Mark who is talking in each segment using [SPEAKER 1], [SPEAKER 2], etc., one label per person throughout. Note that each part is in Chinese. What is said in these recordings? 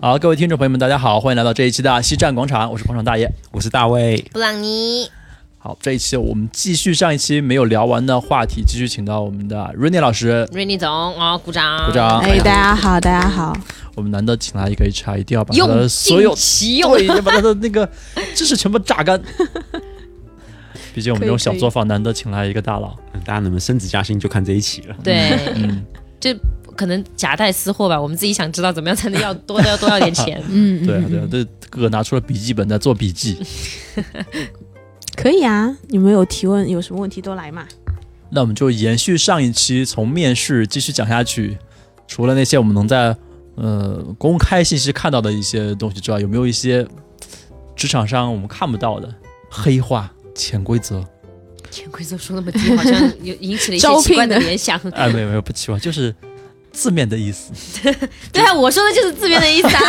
[SPEAKER 1] 好，各位听众朋友们，大家好，欢迎来到这一期的西站广场，我是广场大爷。
[SPEAKER 2] 我是大卫，
[SPEAKER 3] 布朗尼，
[SPEAKER 1] 好，这一期我们继续上一期没有聊完的话题，继续请到我们的 Rainy 老师，
[SPEAKER 3] 瑞尼总哦，鼓掌，
[SPEAKER 1] 鼓掌
[SPEAKER 4] 哎，大家好，大家好，。
[SPEAKER 1] 我们难得请来一个 HR，一定要把他
[SPEAKER 3] 用
[SPEAKER 1] 的所有
[SPEAKER 3] 尽其 用。
[SPEAKER 1] 对，要把他的那个知识全部榨干。毕竟我们这种小作 坊难得请来一个大佬，
[SPEAKER 2] 大家能不能升职加薪就看这一期了。
[SPEAKER 3] 对，
[SPEAKER 1] 嗯，
[SPEAKER 3] 可能夹带私货吧，我们自己想知道怎么样才能要多的要多要点钱
[SPEAKER 4] 嗯，
[SPEAKER 1] 对啊
[SPEAKER 4] 嗯
[SPEAKER 1] 对啊，，这哥哥拿出了笔记本在做笔记。
[SPEAKER 4] 可以啊，你们有提问，有什么问题都来嘛。
[SPEAKER 1] 那我们就延续上一期，从面试继续讲下去。除了那些我们能在呃公开信息看到的一些东西之外，有没有一些职场上我们看不到的黑话、潜规则？
[SPEAKER 3] 潜规则说那么低，好像有引起了一些
[SPEAKER 4] 招
[SPEAKER 3] 奇怪
[SPEAKER 4] 聘的
[SPEAKER 3] 的联想。
[SPEAKER 1] 哎，没有没有，不奇怪，就是字面的意思。
[SPEAKER 3] 对啊，我说的就是字面的意 思啊。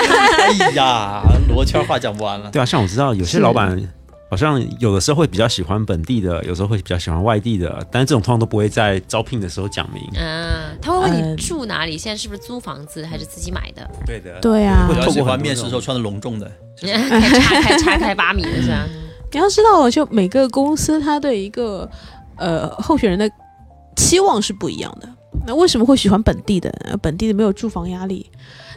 [SPEAKER 1] 哎呀，罗圈话讲不完 了。
[SPEAKER 2] 对啊，像我知道有些老板好像有的时候会比较喜欢本地的，有时候会比较喜欢外地的，但是这种通常都不会在招聘的时候讲明。
[SPEAKER 3] 嗯，他会问你
[SPEAKER 4] 嗯
[SPEAKER 3] 住哪里，现在是不是租房子还是自己买的？
[SPEAKER 2] 对的，
[SPEAKER 4] 对啊
[SPEAKER 2] 我，觉得
[SPEAKER 1] 穿的隆重的，
[SPEAKER 3] 开叉开叉开八米的是吧？
[SPEAKER 1] 嗯
[SPEAKER 4] 你要知道，就每个公司它对一个呃候选人的期望是不一样的。那为什么会喜欢本地的？呃本地的没有住房压力。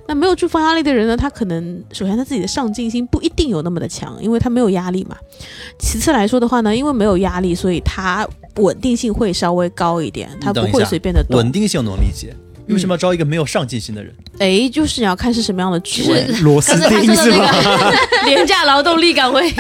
[SPEAKER 4] 那没有住房压力的人呢，他可能首先他自己的上进心不一定有那么的强，因为他没有压力嘛。其次来说的话呢，因为没有压力，所以他稳定性会稍微高一点，他不
[SPEAKER 1] 等一
[SPEAKER 4] 会
[SPEAKER 1] 下
[SPEAKER 4] 随便的动
[SPEAKER 1] 稳。定性能理解。为什么要招一个没有上进心的人？
[SPEAKER 4] 哎，就是你要看是什么样的职位。
[SPEAKER 2] 螺丝
[SPEAKER 3] 刚才他
[SPEAKER 2] 钉
[SPEAKER 3] 说
[SPEAKER 2] 是
[SPEAKER 3] 的
[SPEAKER 2] 吧？
[SPEAKER 3] 那个 廉价劳动 力岗位，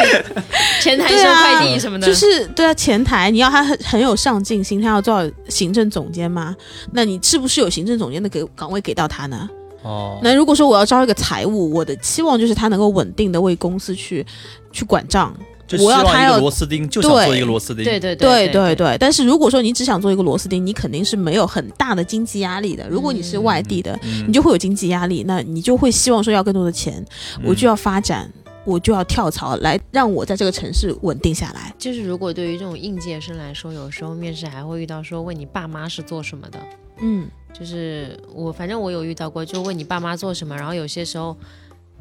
[SPEAKER 3] 前台
[SPEAKER 4] 对
[SPEAKER 3] 收
[SPEAKER 4] 啊
[SPEAKER 3] 快递什么的，
[SPEAKER 4] 就是对啊，前台你要他很很有上进心，他要做好行政总监嘛？那你是不是有行政总监的给岗位给到他呢？
[SPEAKER 1] 哦，
[SPEAKER 4] 那如果说我要招一个财务，我的期望就是他能够稳定的为公司去去管账。
[SPEAKER 1] 就希
[SPEAKER 4] 我要
[SPEAKER 1] 望
[SPEAKER 4] 他
[SPEAKER 1] 一个
[SPEAKER 4] 要
[SPEAKER 1] 螺丝钉，就想做一个螺丝钉。
[SPEAKER 3] 对对对
[SPEAKER 4] 对对对，但是如果说你只想做一个螺丝钉，你肯定是没有很大的经济压力的。如果你是外地的，
[SPEAKER 1] 嗯，
[SPEAKER 4] 你就会有经济压力，那你就会希望说要更多的钱，
[SPEAKER 1] 嗯
[SPEAKER 4] 我就要发展，我就要跳槽，来让我在这个城市稳定下来。
[SPEAKER 3] 就是如果对于这种应届生来说，有时候面试还会遇到说问你爸妈是做什么的，
[SPEAKER 4] 嗯，
[SPEAKER 3] 就是我反正我有遇到过，就问你爸妈做什么，然后有些时候。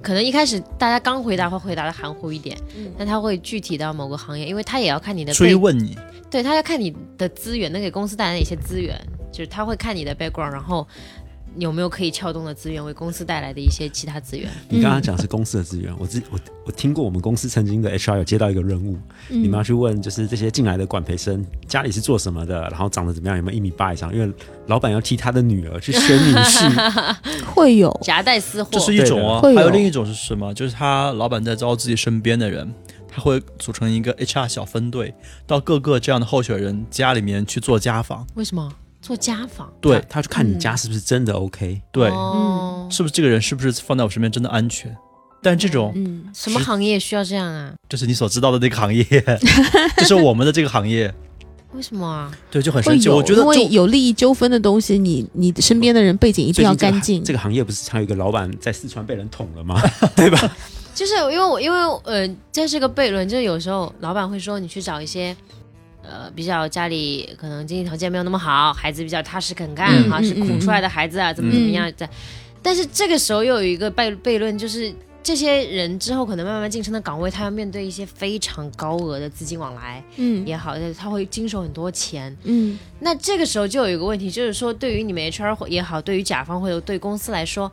[SPEAKER 3] 可能一开始大家刚回答会回答的含糊一点，但他会具体到某个行业，因为他也要看你的
[SPEAKER 1] 追
[SPEAKER 3] 背，
[SPEAKER 1] 嗯问你，
[SPEAKER 3] 对他要看你的资源能给公司带来哪些资源，就是他会看你的 background，然后有没有可以撬动的资源为公司带来的一些其他资源。
[SPEAKER 2] 你刚刚讲是公司的资源，我自我我听过我们公司曾经的 HR 有接到一个任务，
[SPEAKER 4] 嗯
[SPEAKER 2] 你们要去问就是这些进来的管培生家里是做什么的，然后长得怎么样，有没有一米八以上，因为老板要替他的女儿去选女 婿，
[SPEAKER 4] 会有
[SPEAKER 3] 夹带私货，
[SPEAKER 1] 嗯这是一种哦，
[SPEAKER 4] 对的
[SPEAKER 1] 还有
[SPEAKER 4] 会有
[SPEAKER 1] 另一种是什么？就是他老板在招自己身边的人，他会组成一个 HR 小分队，到各个这样的候选人家里面去做家访。
[SPEAKER 3] 为什么做家访？
[SPEAKER 1] 对嗯
[SPEAKER 2] 他去看你家是不是真的 OK。
[SPEAKER 1] 对，
[SPEAKER 3] 哦
[SPEAKER 1] 是不是这个人是不是放在我身边真的安全？但这种
[SPEAKER 4] 嗯。
[SPEAKER 3] 什么行业需要这样啊？
[SPEAKER 1] 这是你所知道的那个行业， 这是我们的这个行业，
[SPEAKER 3] 为什么啊？
[SPEAKER 1] 对，就很
[SPEAKER 4] 会
[SPEAKER 1] 生气。
[SPEAKER 4] 有，
[SPEAKER 1] 我觉得
[SPEAKER 4] 因为
[SPEAKER 1] 就
[SPEAKER 4] 有利益纠纷的东西，你你身边的人背景一定
[SPEAKER 2] 最
[SPEAKER 4] 要
[SPEAKER 2] 近这个
[SPEAKER 4] 干净。
[SPEAKER 2] 这个行业不是还有一个老板在四川被人捅了吗？对吧？
[SPEAKER 3] 就是因为我因为呃，这是个悖论，就是有时候老板会说你去找一些。呃，比较家里可能经济条件没有那么好，孩子比较踏实肯干，
[SPEAKER 4] 嗯
[SPEAKER 3] 哈、
[SPEAKER 4] 嗯
[SPEAKER 3] 是苦出来的孩子啊，怎么怎么样的。但是这个时候又有一个悖悖论，就是这些人之后可能慢慢晋升的岗位，他要面对一些非常高额的资金往来
[SPEAKER 4] 嗯
[SPEAKER 3] 也好，他会经手很多钱，
[SPEAKER 4] 嗯，
[SPEAKER 3] 那这个时候就有一个问题，就是说对于你们 HR 或也好，对于甲方或者对公司来说，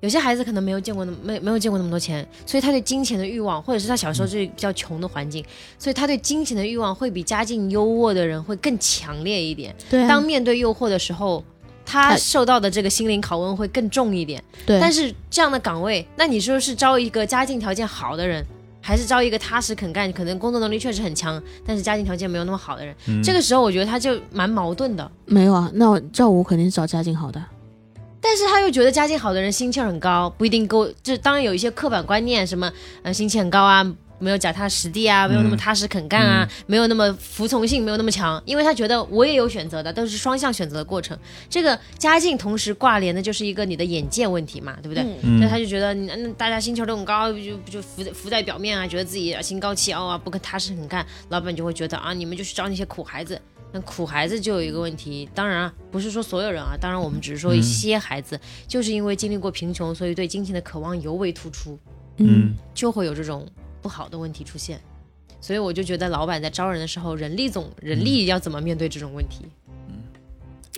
[SPEAKER 3] 有些孩子可能没有见过那么没没有见过那么多钱，所以他对金钱的欲望，或者是他小时候就是比较穷的环境，所以他对金钱的欲望会比家境优渥的人会更强烈一点。
[SPEAKER 4] 对啊、
[SPEAKER 3] 当面对诱惑的时候。他
[SPEAKER 4] 他
[SPEAKER 3] 受到的这个心灵拷问会更重一点，
[SPEAKER 4] 对，
[SPEAKER 3] 但
[SPEAKER 4] 是
[SPEAKER 3] 是这样的岗位，那你说是招一个家境条件好的人，还是招一个踏实肯干，可能工作能力确实很强，但是家境条件没有那么好的人？
[SPEAKER 1] 嗯
[SPEAKER 3] 这个时候我觉得他就蛮矛盾的，
[SPEAKER 4] 没有啊，那我赵武肯定是找家境好的。
[SPEAKER 3] 但是他又觉得家境好的人心气儿很高，不一定够。就当然有一些刻板观念，什么呃心气很高啊，没有脚踏实地啊，没有那么踏实肯干啊，没有那么服从性，没有那么强。因为他觉得我也有选择的，都是双向选择的过程。这个家境同时挂连的就是一个你的眼界问题嘛，对不对？
[SPEAKER 1] 嗯
[SPEAKER 4] 嗯，
[SPEAKER 3] 所以他就觉得你嗯大家心气儿都很高，就就浮在浮在啊表面啊，觉得自己心高气傲啊，不跟踏实很干，老板就会觉得啊，你们就去找那些苦孩子。那苦孩子就有一个问题，当然啊，不是说所有人啊，当然我们只是说
[SPEAKER 1] 嗯
[SPEAKER 3] 一些孩子，就是因为经历过贫穷，所以对金钱的渴望尤为突出，
[SPEAKER 1] 嗯，
[SPEAKER 3] 就会有这种不好的问题出现。所以我就觉得老板在招人的时候，人力总人力要怎么面对这种问题？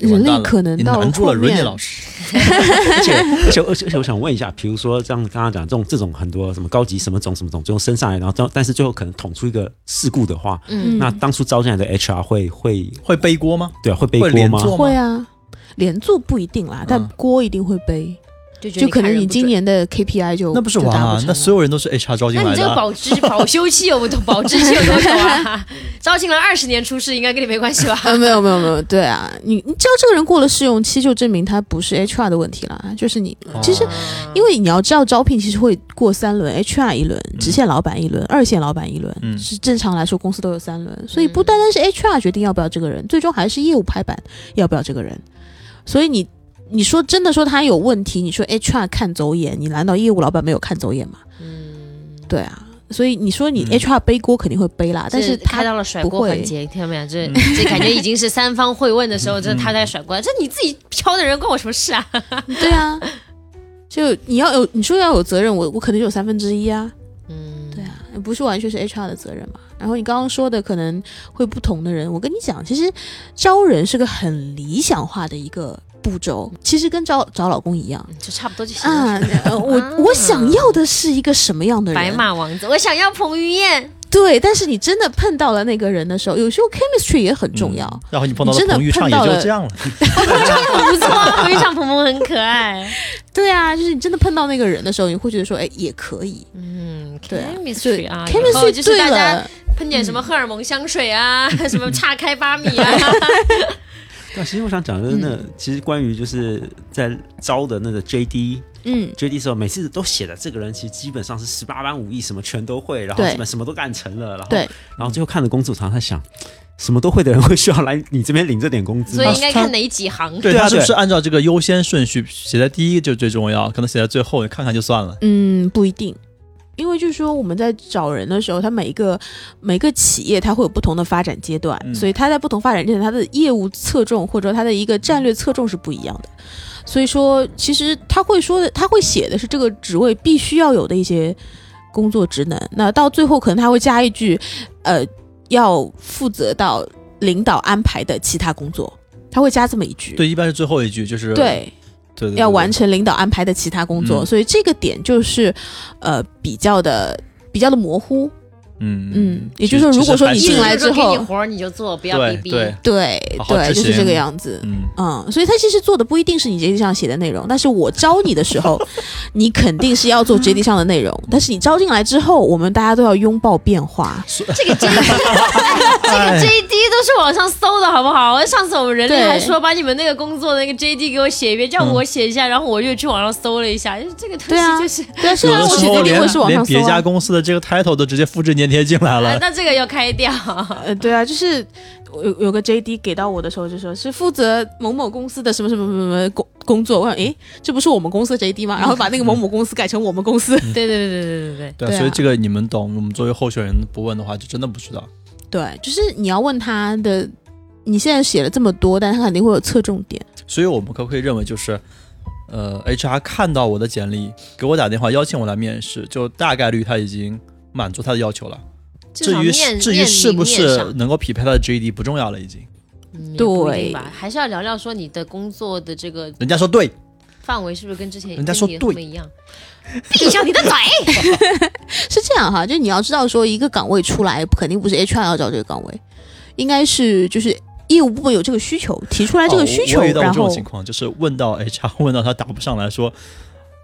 [SPEAKER 4] 人类可能
[SPEAKER 1] 你
[SPEAKER 4] 到
[SPEAKER 1] 难住
[SPEAKER 4] 后
[SPEAKER 1] 了瑞
[SPEAKER 4] 面
[SPEAKER 1] 妮老师，
[SPEAKER 2] 而且而且而且而且我想问一下，比如说像刚刚讲这种这种很多什么高级什么种什么种，最后升上来，然后到但是最后可能捅出一个事故的话，
[SPEAKER 3] 嗯
[SPEAKER 4] 嗯
[SPEAKER 2] 那当初招进来的 HR 会会
[SPEAKER 1] 会背锅吗？
[SPEAKER 2] 对啊会背
[SPEAKER 1] 会
[SPEAKER 2] 锅
[SPEAKER 1] 连
[SPEAKER 2] 吗？
[SPEAKER 1] 坐
[SPEAKER 4] 会
[SPEAKER 1] 吗？
[SPEAKER 4] 啊，连坐不一定啦，但
[SPEAKER 1] 嗯
[SPEAKER 4] 锅一定会背，
[SPEAKER 3] 就觉得
[SPEAKER 4] 就可能
[SPEAKER 3] 看人
[SPEAKER 4] 你
[SPEAKER 3] 不
[SPEAKER 4] 今
[SPEAKER 3] 准。
[SPEAKER 4] 年的 KPI 就
[SPEAKER 1] 那不是
[SPEAKER 4] 就
[SPEAKER 1] 完
[SPEAKER 4] 达不
[SPEAKER 1] 啊
[SPEAKER 4] 成，
[SPEAKER 1] 那
[SPEAKER 4] 了
[SPEAKER 1] 所有人都是 HR 招进
[SPEAKER 3] 那
[SPEAKER 1] 来
[SPEAKER 3] 你这
[SPEAKER 1] 的
[SPEAKER 3] 个
[SPEAKER 1] 啊。
[SPEAKER 3] 保质保修期有多保质期有多久啊？招进来二十年出事，应该跟你没关 系吧？
[SPEAKER 4] 啊，没有没有没有，对啊，你你知道这个人过了试用期，就证明他不是 HR 的问题啦，就是你，其实
[SPEAKER 1] 哦
[SPEAKER 4] 因为你要知道招聘其实会过三轮，HR 一轮，直线老板一轮，二线老板一轮，
[SPEAKER 1] 嗯
[SPEAKER 4] 是正常来说公司都有三轮，所以不单单是 HR 决定要不要这个人，最终还是业务拍板要不要这个人，所以你。你说真的说他有问题，你说 HR 看走眼，你难道业务老板没有看走眼吗？
[SPEAKER 3] 嗯，
[SPEAKER 4] 对啊，所以你说你
[SPEAKER 1] 嗯
[SPEAKER 4] HR 背锅肯定会背啦，但是
[SPEAKER 3] 这
[SPEAKER 4] 他
[SPEAKER 3] 开到了甩
[SPEAKER 4] 不
[SPEAKER 3] 锅
[SPEAKER 4] 会
[SPEAKER 3] 环节，听到没有？这
[SPEAKER 1] 嗯
[SPEAKER 3] 这感觉已经是三方会问的时候，这他在甩锅，这你自己挑的人关我什么事啊？
[SPEAKER 4] 对啊，就你要有，你说要有责任，我我可能就有三分之一啊，
[SPEAKER 3] 嗯，
[SPEAKER 4] 对啊，不是完全是 HR 的责任嘛。然后你刚刚说的可能会不同的人，我跟你讲，其实招人是个很理想化的一个步骤，其实跟找找老公一样
[SPEAKER 3] 嗯，就差不多就行了。
[SPEAKER 4] 啊，呃 我我想要的是一个什么样的人？
[SPEAKER 3] 白马王子，我想要彭于晏，
[SPEAKER 4] 对，但是你真的碰到了那个人的时候，有时候 chemistry 也很重要。
[SPEAKER 1] 嗯然后你碰到
[SPEAKER 4] 你真的
[SPEAKER 1] 彭昱畅
[SPEAKER 4] 碰
[SPEAKER 1] 也
[SPEAKER 4] 到
[SPEAKER 1] 就
[SPEAKER 4] 了
[SPEAKER 1] 这样了，
[SPEAKER 4] 哎
[SPEAKER 3] 很不错啊，彭于晏鹏鹏很可爱。
[SPEAKER 4] 对啊，就是你真的碰到那个人的时候，你会觉得说，哎，也可以。
[SPEAKER 3] 嗯
[SPEAKER 4] 对啊
[SPEAKER 3] ，chemistry 啊
[SPEAKER 4] chemistry
[SPEAKER 3] 以后就是
[SPEAKER 4] 对
[SPEAKER 3] 大家
[SPEAKER 4] 了嗯
[SPEAKER 3] 喷点什么荷尔蒙香水 啊，什么岔开八米啊，
[SPEAKER 2] 对啊，其实我想讲的是那个，
[SPEAKER 3] 嗯
[SPEAKER 2] 其实关于就是在招的那个 JD
[SPEAKER 4] 嗯，
[SPEAKER 2] JD 的时候，每次都写的这个人其实基本上是十八般武艺，什么全都会，然后
[SPEAKER 4] 对
[SPEAKER 2] 什么什么都干成了，然后
[SPEAKER 4] 对，
[SPEAKER 2] 然后最后看了工作，常常在想，什么都会的人会需要来你这边领这点工资
[SPEAKER 3] 所
[SPEAKER 2] 吗
[SPEAKER 3] 以？应该
[SPEAKER 4] 嗯
[SPEAKER 3] 看哪几行。
[SPEAKER 1] 对
[SPEAKER 2] 对啊
[SPEAKER 1] 他是不是
[SPEAKER 2] 对
[SPEAKER 1] 按照这个优先顺序写在第一就最重要，可能写在最后，你看看就算了。
[SPEAKER 4] 嗯，不一定，因为就是说我们在找人的时候，它每一个每个企业它会有不同的发展阶段，
[SPEAKER 1] 嗯
[SPEAKER 4] 所以它在不同发展阶段，它的业务侧重或者它的一个战略侧重是不一样的。所以说，其实他会说的，他会写的是这个职位必须要有的一些工作职能。那到最后可能他会加一句，呃，要负责到领导安排的其他工作，他会加这么一句。
[SPEAKER 1] 对，一般是最后一句就是
[SPEAKER 4] 对，
[SPEAKER 1] 对对
[SPEAKER 4] 要完
[SPEAKER 1] 成。
[SPEAKER 4] 成领导安排的其他工作，
[SPEAKER 1] 嗯
[SPEAKER 4] 所以这个点就是，呃，比较的比较的模糊。
[SPEAKER 1] 嗯
[SPEAKER 4] 嗯也就是说如果说你
[SPEAKER 3] 意思
[SPEAKER 4] 进来
[SPEAKER 3] 就是
[SPEAKER 4] 之
[SPEAKER 3] 说
[SPEAKER 4] 后
[SPEAKER 3] 给你活儿你就做，不要逼
[SPEAKER 1] 对
[SPEAKER 3] 逼。
[SPEAKER 1] 对，
[SPEAKER 4] 对
[SPEAKER 1] 好好
[SPEAKER 4] 对，
[SPEAKER 1] 执
[SPEAKER 4] 就是这
[SPEAKER 1] 行
[SPEAKER 4] 个样子。
[SPEAKER 1] 嗯，
[SPEAKER 4] 嗯，所以他其实做的不一定是你 JD 上写的内容，但是我招你的时 候，你肯定是要做 JD 上的内容。但是你招进来之后，我们大家都要拥抱变化。
[SPEAKER 3] 这个 J
[SPEAKER 1] 哎
[SPEAKER 3] J D 都是网上搜的好不好？上次我们人力
[SPEAKER 4] 对
[SPEAKER 3] 还说把你们那个工作的那个 J D 给我写一遍，
[SPEAKER 1] 嗯
[SPEAKER 3] 叫我写一下，然后我又去网上搜了一下，就这个东
[SPEAKER 4] 对啊
[SPEAKER 3] 西就是。
[SPEAKER 4] 对啊，虽
[SPEAKER 1] 有
[SPEAKER 4] 然
[SPEAKER 1] 的
[SPEAKER 4] 我
[SPEAKER 1] 时
[SPEAKER 4] 写
[SPEAKER 1] 候
[SPEAKER 4] JD
[SPEAKER 1] 连
[SPEAKER 4] 我是网
[SPEAKER 1] 连
[SPEAKER 4] 上搜
[SPEAKER 1] 别
[SPEAKER 4] 啊哎
[SPEAKER 1] 家，公司的这个 title 都直接复制粘贴进来
[SPEAKER 3] 啊
[SPEAKER 1] 了，
[SPEAKER 3] 那这个要开掉，
[SPEAKER 4] 呃，对啊，就是有有个 JD 给到我的时候，就说是负责某某公司的什么什么什么什么工工作。我想，诶，这不是我们公司的 JD 吗？然后把那个某某公司改成我们公司。
[SPEAKER 1] 嗯
[SPEAKER 3] 对 对对对对对对，
[SPEAKER 1] 对啊，
[SPEAKER 4] 对啊
[SPEAKER 1] 所以这个你们懂。我们作为候选人不问的话，就真的不知道。
[SPEAKER 4] 对，就是你要问他的，你现在写了这么多，但他肯定会有侧重点。
[SPEAKER 1] 所以我们可不可以认为就是，呃，HR 看到我的简历，给我打电话邀请我来面试，就大概率他已经满足他的要求了。
[SPEAKER 3] 至
[SPEAKER 1] 至
[SPEAKER 3] 少
[SPEAKER 1] 于
[SPEAKER 3] 面
[SPEAKER 1] 是至于是不
[SPEAKER 3] 面临面
[SPEAKER 1] 是
[SPEAKER 3] 上
[SPEAKER 1] 能够匹配他的 JD 不重要了，已经。
[SPEAKER 3] 嗯也不一定
[SPEAKER 4] 对
[SPEAKER 3] 吧？还是要聊聊说你的工作的这个
[SPEAKER 1] 人家说对，
[SPEAKER 3] 范围是不是跟之前
[SPEAKER 1] 人家说
[SPEAKER 3] 跟你的
[SPEAKER 1] 对
[SPEAKER 3] 不一样？闭上你的嘴！
[SPEAKER 4] 是这样哈，就是你要知道说，一个岗位出来，肯定不是 HR 要找这个岗位，应该是就是业务部门有这个需求，提出来这
[SPEAKER 1] 哦
[SPEAKER 4] 个
[SPEAKER 1] 我
[SPEAKER 4] 需求，
[SPEAKER 1] 我遇到过
[SPEAKER 4] 然
[SPEAKER 1] 这种
[SPEAKER 4] 后
[SPEAKER 1] 情况，就是问到 HR，问到他答不上来说，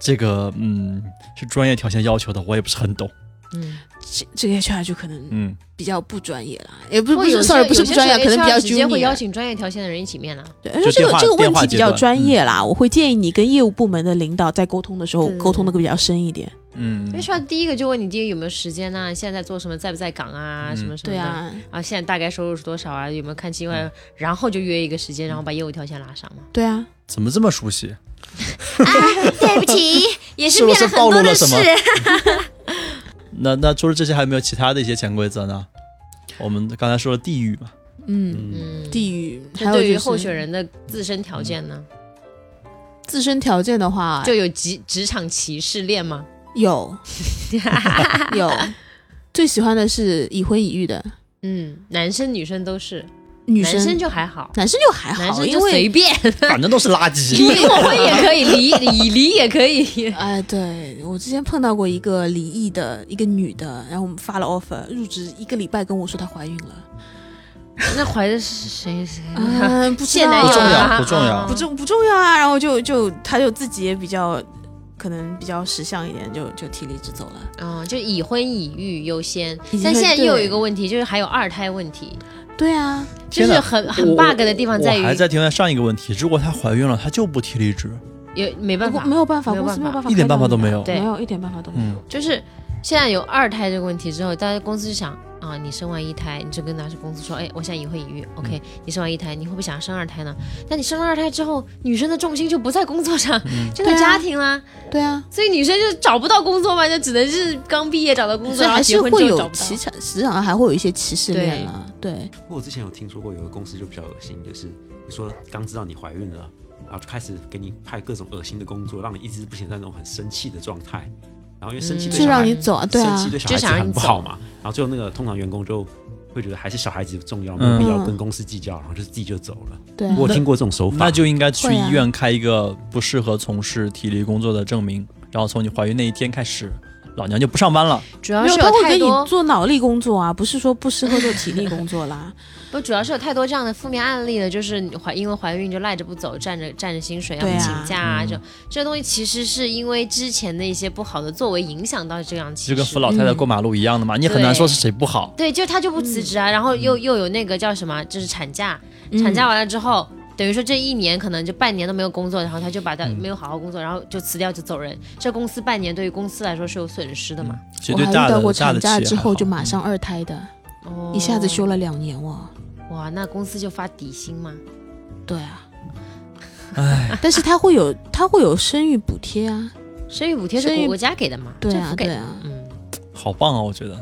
[SPEAKER 1] 这个嗯是专业条件要求的，我也不是很懂。
[SPEAKER 3] 嗯，
[SPEAKER 4] 这这个 HR 就可能
[SPEAKER 1] 嗯，
[SPEAKER 4] 比较不专业啦，也不不
[SPEAKER 3] 有
[SPEAKER 4] 是
[SPEAKER 3] 些
[SPEAKER 4] sorry 不是
[SPEAKER 3] 有
[SPEAKER 4] 不
[SPEAKER 3] 些
[SPEAKER 4] 专业，
[SPEAKER 3] 时候
[SPEAKER 4] 可能比
[SPEAKER 3] HR
[SPEAKER 4] 较
[SPEAKER 3] 直接会
[SPEAKER 4] junior
[SPEAKER 3] 邀请专业条线的人一起面了。啊
[SPEAKER 4] 对，而且这
[SPEAKER 1] 电话
[SPEAKER 4] 个这个
[SPEAKER 1] 电
[SPEAKER 4] 问
[SPEAKER 1] 话
[SPEAKER 4] 题
[SPEAKER 1] 阶
[SPEAKER 4] 比较
[SPEAKER 1] 段
[SPEAKER 4] 专业啦，我会建议你跟业务部门的领导在沟通的时候
[SPEAKER 3] 对
[SPEAKER 4] 沟通的比较深一点。
[SPEAKER 1] 嗯
[SPEAKER 3] HR 第一个就问你第一个有没有时间呐、现在在做什么，在不在岗啊，
[SPEAKER 1] 嗯
[SPEAKER 3] 什么什么
[SPEAKER 4] 对
[SPEAKER 3] 的。
[SPEAKER 4] 啊，
[SPEAKER 3] 啊，现在大概收入是多少啊？有没有看计划？然后就约一个时间，然后把业务条线拉上嘛。
[SPEAKER 4] 对啊，
[SPEAKER 1] 怎么这么熟悉？
[SPEAKER 3] 对不起，也
[SPEAKER 1] 是不是暴露了什么
[SPEAKER 3] 事。
[SPEAKER 1] 那那除了这些，还有没有其他的一些潜规则呢？我们刚才说了地域嘛，
[SPEAKER 4] 嗯，
[SPEAKER 2] 嗯，
[SPEAKER 3] 嗯，
[SPEAKER 4] 地域，还
[SPEAKER 3] 那
[SPEAKER 4] 有
[SPEAKER 3] 对于
[SPEAKER 4] 就是
[SPEAKER 3] 候选人的自身条件呢，
[SPEAKER 4] 自身条件的话，
[SPEAKER 3] 就有职职场歧视链吗？
[SPEAKER 4] 有有，最喜欢的是已婚已育的
[SPEAKER 3] 嗯，男生女生都是，
[SPEAKER 4] 女
[SPEAKER 3] 男生
[SPEAKER 4] 生，
[SPEAKER 3] 就还好，
[SPEAKER 4] 男生就还
[SPEAKER 3] 男
[SPEAKER 4] 好，
[SPEAKER 3] 生
[SPEAKER 4] 因
[SPEAKER 3] 就随
[SPEAKER 4] 为
[SPEAKER 3] 便，
[SPEAKER 1] 反正都是垃
[SPEAKER 3] 离
[SPEAKER 1] 圾。
[SPEAKER 3] 过婚也可以，离已离也可以。
[SPEAKER 4] 哎，对我之前碰到过一个离异的一个女的，然后我们发了 offer，入职一个礼拜跟我说她怀孕了，
[SPEAKER 3] 那怀的是谁谁？
[SPEAKER 4] 嗯，不知
[SPEAKER 3] 现
[SPEAKER 4] 道
[SPEAKER 3] 男
[SPEAKER 4] 啊
[SPEAKER 3] 友
[SPEAKER 1] 不重要不重要
[SPEAKER 3] 啊
[SPEAKER 4] 不重不重要啊，然后就就她就自己也比较可能比较识相一点，就就提离职走了。
[SPEAKER 3] 嗯，就已婚已育优先
[SPEAKER 4] 已，经
[SPEAKER 3] 但现在
[SPEAKER 4] 对
[SPEAKER 3] 又有一个问题，就是还有二胎问题，
[SPEAKER 4] 对啊，
[SPEAKER 1] 天
[SPEAKER 3] 就是
[SPEAKER 1] 哪
[SPEAKER 3] 很很
[SPEAKER 1] 我
[SPEAKER 3] bug 的地方在
[SPEAKER 1] 我还
[SPEAKER 3] 于
[SPEAKER 1] 在停在上一个问题，如果她怀孕了，她就不提离职。
[SPEAKER 3] 有没办
[SPEAKER 4] 不过
[SPEAKER 3] 法，
[SPEAKER 4] 没有办法，
[SPEAKER 3] 没有
[SPEAKER 4] 公司没
[SPEAKER 3] 办
[SPEAKER 4] 有
[SPEAKER 3] 法
[SPEAKER 4] 办法，
[SPEAKER 1] 一点办法都没有
[SPEAKER 4] 没有一点办法都没有。
[SPEAKER 1] 嗯，
[SPEAKER 3] 就是现在有二胎这个问题之后，大家公司就想啊，你生完一胎，你就跟当时公司说，哎，我现在已婚已育，OK，、你
[SPEAKER 4] 嗯
[SPEAKER 3] 生完一胎，你会不会想要生二胎呢？但你生了二胎之后，女生的重心就不在工作上，就在
[SPEAKER 4] 对啊
[SPEAKER 3] 家庭啦、
[SPEAKER 4] 对啊，
[SPEAKER 3] 所以女生就找不到工作嘛，就只能是刚毕业找到工
[SPEAKER 4] 所
[SPEAKER 3] 作，
[SPEAKER 4] 以
[SPEAKER 3] 然后
[SPEAKER 4] 还
[SPEAKER 3] 结
[SPEAKER 4] 是
[SPEAKER 3] 婚之
[SPEAKER 4] 会
[SPEAKER 3] 后找
[SPEAKER 4] 有
[SPEAKER 3] 不
[SPEAKER 4] 歧
[SPEAKER 3] 到。
[SPEAKER 4] 视，职场上还会有一些歧视面啊。对，
[SPEAKER 2] 不过我之前有听说过有个公司就比较恶心，就是你说刚知道你怀孕了，
[SPEAKER 4] 嗯
[SPEAKER 2] 然后就开始给你派各种恶心的工作，让你一直不显在那种很生气的状态，然后因为生气
[SPEAKER 3] 嗯
[SPEAKER 2] 对
[SPEAKER 4] 就
[SPEAKER 2] 小
[SPEAKER 4] 让
[SPEAKER 2] 孩
[SPEAKER 4] 你走啊，对
[SPEAKER 2] 生
[SPEAKER 4] 啊
[SPEAKER 2] 气，对小
[SPEAKER 3] 就
[SPEAKER 2] 孩子
[SPEAKER 3] 想让
[SPEAKER 2] 很
[SPEAKER 3] 你
[SPEAKER 2] 不
[SPEAKER 3] 走
[SPEAKER 2] 好嘛。然后最后那个通常员工就会觉得还是小孩子重要，没
[SPEAKER 1] 嗯
[SPEAKER 2] 有必要跟
[SPEAKER 4] 嗯
[SPEAKER 2] 公司计较，然后就自己就走了。
[SPEAKER 4] 对啊
[SPEAKER 2] 我有听过这种手法，
[SPEAKER 1] 那就应该去
[SPEAKER 4] 会啊
[SPEAKER 1] 医院开一个不适合从事体力工作的证明，然后从你怀孕那一天开始，老娘就不上班了。
[SPEAKER 3] 主要
[SPEAKER 4] 没
[SPEAKER 3] 是
[SPEAKER 4] 有他会
[SPEAKER 3] 太
[SPEAKER 4] 给你
[SPEAKER 3] 多，
[SPEAKER 4] 做脑力工作啊，不是说不适合做体力工作 啦。
[SPEAKER 3] 不主要是有太多这样的负面案例了，就是你怀因为怀孕就赖着不走，占着占着薪水，要
[SPEAKER 4] 对
[SPEAKER 3] 不
[SPEAKER 4] 啊
[SPEAKER 3] 请假啊，这种这东西其实是因为之前的一些不好的作为影响到这样歧视。
[SPEAKER 1] 就跟扶老太太过马路一样的嘛，你也很难说是谁不好。
[SPEAKER 3] 对，就他就不辞职啊，然后又又有那个叫什么，就是产假，
[SPEAKER 4] 嗯
[SPEAKER 3] 产假完了之后，等于说这一年可能就半年都没有工作，然后他就把他没有好好工作，然后就辞掉就走人。这公司半年对于公司来说是有损失的嘛？
[SPEAKER 1] 其实
[SPEAKER 4] 我
[SPEAKER 1] 对
[SPEAKER 4] 还遇
[SPEAKER 1] 大
[SPEAKER 4] 到过
[SPEAKER 1] 的大
[SPEAKER 4] 产
[SPEAKER 1] 的企
[SPEAKER 4] 假
[SPEAKER 1] 业嗯
[SPEAKER 4] 之后就马
[SPEAKER 1] 上。
[SPEAKER 4] 上二胎的，
[SPEAKER 3] 哦
[SPEAKER 4] 一下子休了两年哇。
[SPEAKER 3] 哇，那公司就发底薪嘛？
[SPEAKER 4] 对啊，但是他会有他会有生育补贴啊，
[SPEAKER 3] 生育补贴是
[SPEAKER 4] 生育
[SPEAKER 3] 国家给的嘛？
[SPEAKER 4] 对
[SPEAKER 3] 政
[SPEAKER 4] 啊
[SPEAKER 3] 府给
[SPEAKER 4] 对
[SPEAKER 3] 的。
[SPEAKER 4] 啊，
[SPEAKER 3] 嗯，
[SPEAKER 1] 好棒啊！我觉得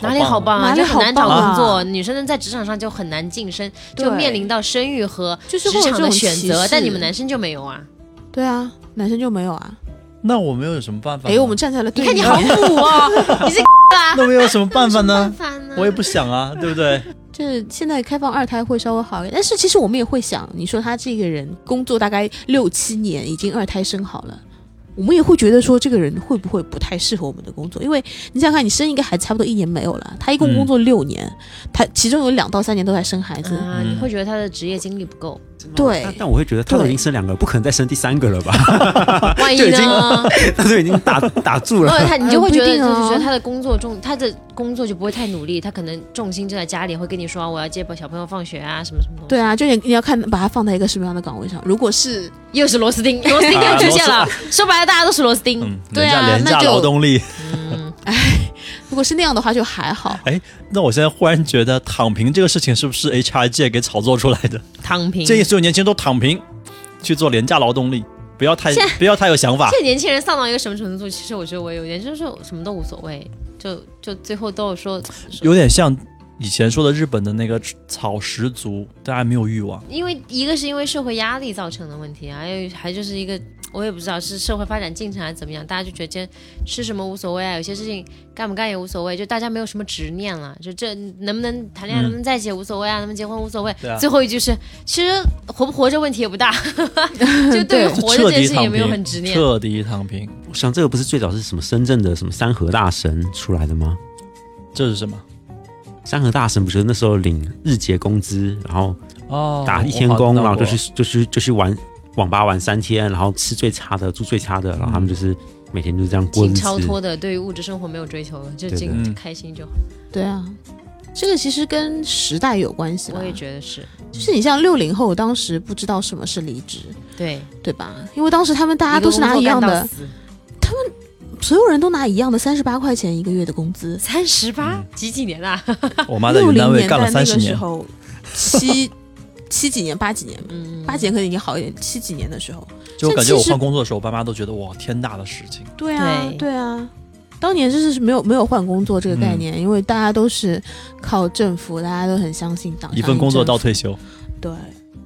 [SPEAKER 3] 哪里好？棒啊？
[SPEAKER 4] 哪
[SPEAKER 3] 就
[SPEAKER 4] 里
[SPEAKER 3] 很
[SPEAKER 4] 好棒啊
[SPEAKER 3] 难找工作，女生在职场上就很难晋升，就
[SPEAKER 4] 对
[SPEAKER 3] 面临到生育和
[SPEAKER 4] 就是会
[SPEAKER 3] 职
[SPEAKER 4] 有
[SPEAKER 3] 场
[SPEAKER 4] 这
[SPEAKER 3] 的
[SPEAKER 4] 种
[SPEAKER 3] 选
[SPEAKER 4] 歧
[SPEAKER 3] 择，
[SPEAKER 4] 视
[SPEAKER 3] 但你们男生就没有啊？
[SPEAKER 4] 对啊，男生就没有啊。
[SPEAKER 1] 那我们又有什么办法呢？
[SPEAKER 4] 哎，我们站在了
[SPEAKER 3] 你
[SPEAKER 4] 对
[SPEAKER 3] 看你
[SPEAKER 4] 面
[SPEAKER 3] 好母哦，你是啊？
[SPEAKER 1] 那我们又有什么办法
[SPEAKER 3] 办
[SPEAKER 1] 呢？
[SPEAKER 3] 法呢？
[SPEAKER 1] 我也不想啊，对不对？
[SPEAKER 4] 就是现在开放二胎会稍微好一点，但是其实我们也会想，你说他这个人工作大概六七年，已经二胎生好了，我们也会觉得说这个人会不会不太适合我们的工作？因为你想想看，你生一个孩子差不多一年没有了，他一共
[SPEAKER 1] 嗯
[SPEAKER 4] 工作六年，他其中有两到三年都在生孩子，
[SPEAKER 1] 嗯
[SPEAKER 3] 啊，你会觉得他的职业经历不够，
[SPEAKER 2] 真的吗
[SPEAKER 4] 对
[SPEAKER 2] 但但我会觉得他都已经生两个了，不可能再生第三个了吧？
[SPEAKER 1] 啊
[SPEAKER 3] 万一呢？
[SPEAKER 2] 他都已经 打打住
[SPEAKER 3] 或
[SPEAKER 2] 了。
[SPEAKER 3] 者他你就会觉得，就是
[SPEAKER 4] 呃不一定哦
[SPEAKER 3] 觉得他的工作重，他的工作就不会太努力，他可能重心就在家里，会跟你说啊我要接小朋友放学啊，什么什么东西。
[SPEAKER 4] 对，啊，就你你要看把他放在一个什么样的岗位上，如果是
[SPEAKER 3] 又是螺丝钉，螺丝钉又出现了。说白了，大家都是螺丝钉。
[SPEAKER 1] 啊嗯，
[SPEAKER 4] 对
[SPEAKER 1] 廉
[SPEAKER 4] 啊
[SPEAKER 1] 价廉价
[SPEAKER 4] 那就
[SPEAKER 1] 劳动力。
[SPEAKER 3] 嗯，
[SPEAKER 4] 如果是那样的话就还好，
[SPEAKER 1] 那我现在忽然觉得躺平这个事情是不是 HR 界给炒作出来的？
[SPEAKER 3] 躺平。
[SPEAKER 1] 建议
[SPEAKER 3] 现
[SPEAKER 1] 所有年轻人都躺平，去做廉价劳动力，不要太
[SPEAKER 3] 现
[SPEAKER 1] 不要太有想法。
[SPEAKER 3] 在年轻人丧到一个什么程度？其实我觉得我也有点，就是什么都无所谓，就就最后都有说，
[SPEAKER 1] 有点像以前说的日本的那个草食族，大家没有欲望。
[SPEAKER 3] 因为一个是因为社会压力造成的问题啊，还有还就是一个我也不知道是社会发展进程还是怎么样，大家就觉得今天吃什么无所谓啊，有些事情干不干也无所谓，就大家没有什么执念了，就这能不能谈恋爱，
[SPEAKER 1] 嗯
[SPEAKER 3] 能不能在一起也无所谓啊，能不能结婚无所谓。
[SPEAKER 1] 对啊
[SPEAKER 3] 最后一句是，其实活不活着问题 也不大，就对于活着
[SPEAKER 1] 彻
[SPEAKER 3] 这件
[SPEAKER 1] 底
[SPEAKER 3] 事情也
[SPEAKER 1] 躺
[SPEAKER 3] 没有很执
[SPEAKER 1] 平，
[SPEAKER 3] 念。
[SPEAKER 1] 彻底躺平，
[SPEAKER 2] 我想这个不是最早是什么深圳的什么三和大神出来的吗？
[SPEAKER 1] 这是什么？
[SPEAKER 2] 三和大神不是那时候领日结工资，然后
[SPEAKER 1] 哦，
[SPEAKER 2] 打一天工，
[SPEAKER 1] 我
[SPEAKER 2] 然
[SPEAKER 1] 好
[SPEAKER 2] 后
[SPEAKER 1] 像
[SPEAKER 2] 就
[SPEAKER 1] 看 到过
[SPEAKER 2] 去就去就去玩网吧玩三天，然后吃最差的，住最差的，然后他
[SPEAKER 1] 嗯
[SPEAKER 2] 们就是每天就是这样过日
[SPEAKER 3] 挺
[SPEAKER 2] 子。
[SPEAKER 3] 超脱的，对于物质生活没有追求了，就
[SPEAKER 2] 对
[SPEAKER 3] 尽
[SPEAKER 2] 对
[SPEAKER 1] 嗯
[SPEAKER 3] 开心就好。
[SPEAKER 4] 对啊，这个其实跟时代有关系吧
[SPEAKER 3] 我也觉得是
[SPEAKER 4] 就是你像六零后，当时不知道什么是离职，
[SPEAKER 3] 对，
[SPEAKER 4] 对吧？因为当时他们大家
[SPEAKER 3] 个
[SPEAKER 4] 都是拿
[SPEAKER 3] 工作
[SPEAKER 4] 一样
[SPEAKER 3] 干到
[SPEAKER 4] 的，
[SPEAKER 3] 死，
[SPEAKER 4] 所有人都拿一样的三十八块钱一个月的工资。
[SPEAKER 3] 三十八
[SPEAKER 4] 嗯
[SPEAKER 3] 几几年啊？
[SPEAKER 1] 我妈在
[SPEAKER 4] 六
[SPEAKER 1] 云
[SPEAKER 4] 零
[SPEAKER 1] 南卫
[SPEAKER 4] 年代
[SPEAKER 1] 干了
[SPEAKER 4] 那
[SPEAKER 1] 三
[SPEAKER 4] 个
[SPEAKER 1] 十
[SPEAKER 4] 时
[SPEAKER 1] 年，
[SPEAKER 4] 候，七 七几年、八几年吧，
[SPEAKER 3] 嗯，
[SPEAKER 4] 八几年可能已经好一点，七几年的时候，
[SPEAKER 1] 就我
[SPEAKER 4] 这
[SPEAKER 1] 感觉我
[SPEAKER 4] 其实
[SPEAKER 1] 换工作的时候，我爸妈都觉得哇，天大的事情。
[SPEAKER 4] 对
[SPEAKER 3] 啊
[SPEAKER 4] 啊，
[SPEAKER 3] 对
[SPEAKER 4] 对啊。当年就是没有没有换工作这个概
[SPEAKER 1] 嗯
[SPEAKER 4] 念，因为大家都是靠政府，大家都很相信党。
[SPEAKER 1] 一份工作到退
[SPEAKER 4] 休。
[SPEAKER 1] 休，
[SPEAKER 4] 对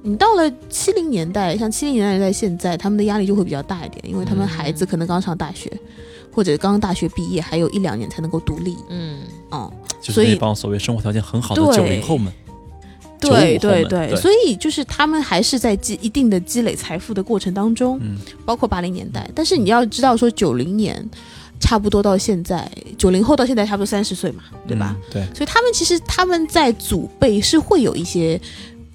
[SPEAKER 4] 你到了七零年代，像七零年代在现在，他们的压力就会比较大一点，因为他们孩
[SPEAKER 1] 嗯
[SPEAKER 4] 子可能刚上大学，或者刚大学毕业，还有一两年才能够独立。
[SPEAKER 3] 嗯，
[SPEAKER 4] 嗯，
[SPEAKER 1] 就是
[SPEAKER 4] 所以
[SPEAKER 1] 那帮所谓生活条件很好的
[SPEAKER 4] 对
[SPEAKER 1] 九零后们，95
[SPEAKER 4] 对
[SPEAKER 1] 后们
[SPEAKER 4] 对对，
[SPEAKER 1] 对
[SPEAKER 4] 所以就是他们还是在积一定的积累财富的过程当中，
[SPEAKER 1] 嗯，
[SPEAKER 4] 包括八零年代。但是你要知道，说九零年差不多到现在，九零后到现在差不多三十岁嘛，对吧？
[SPEAKER 1] 嗯？对，
[SPEAKER 4] 所以他们其实他们在祖辈是会有一些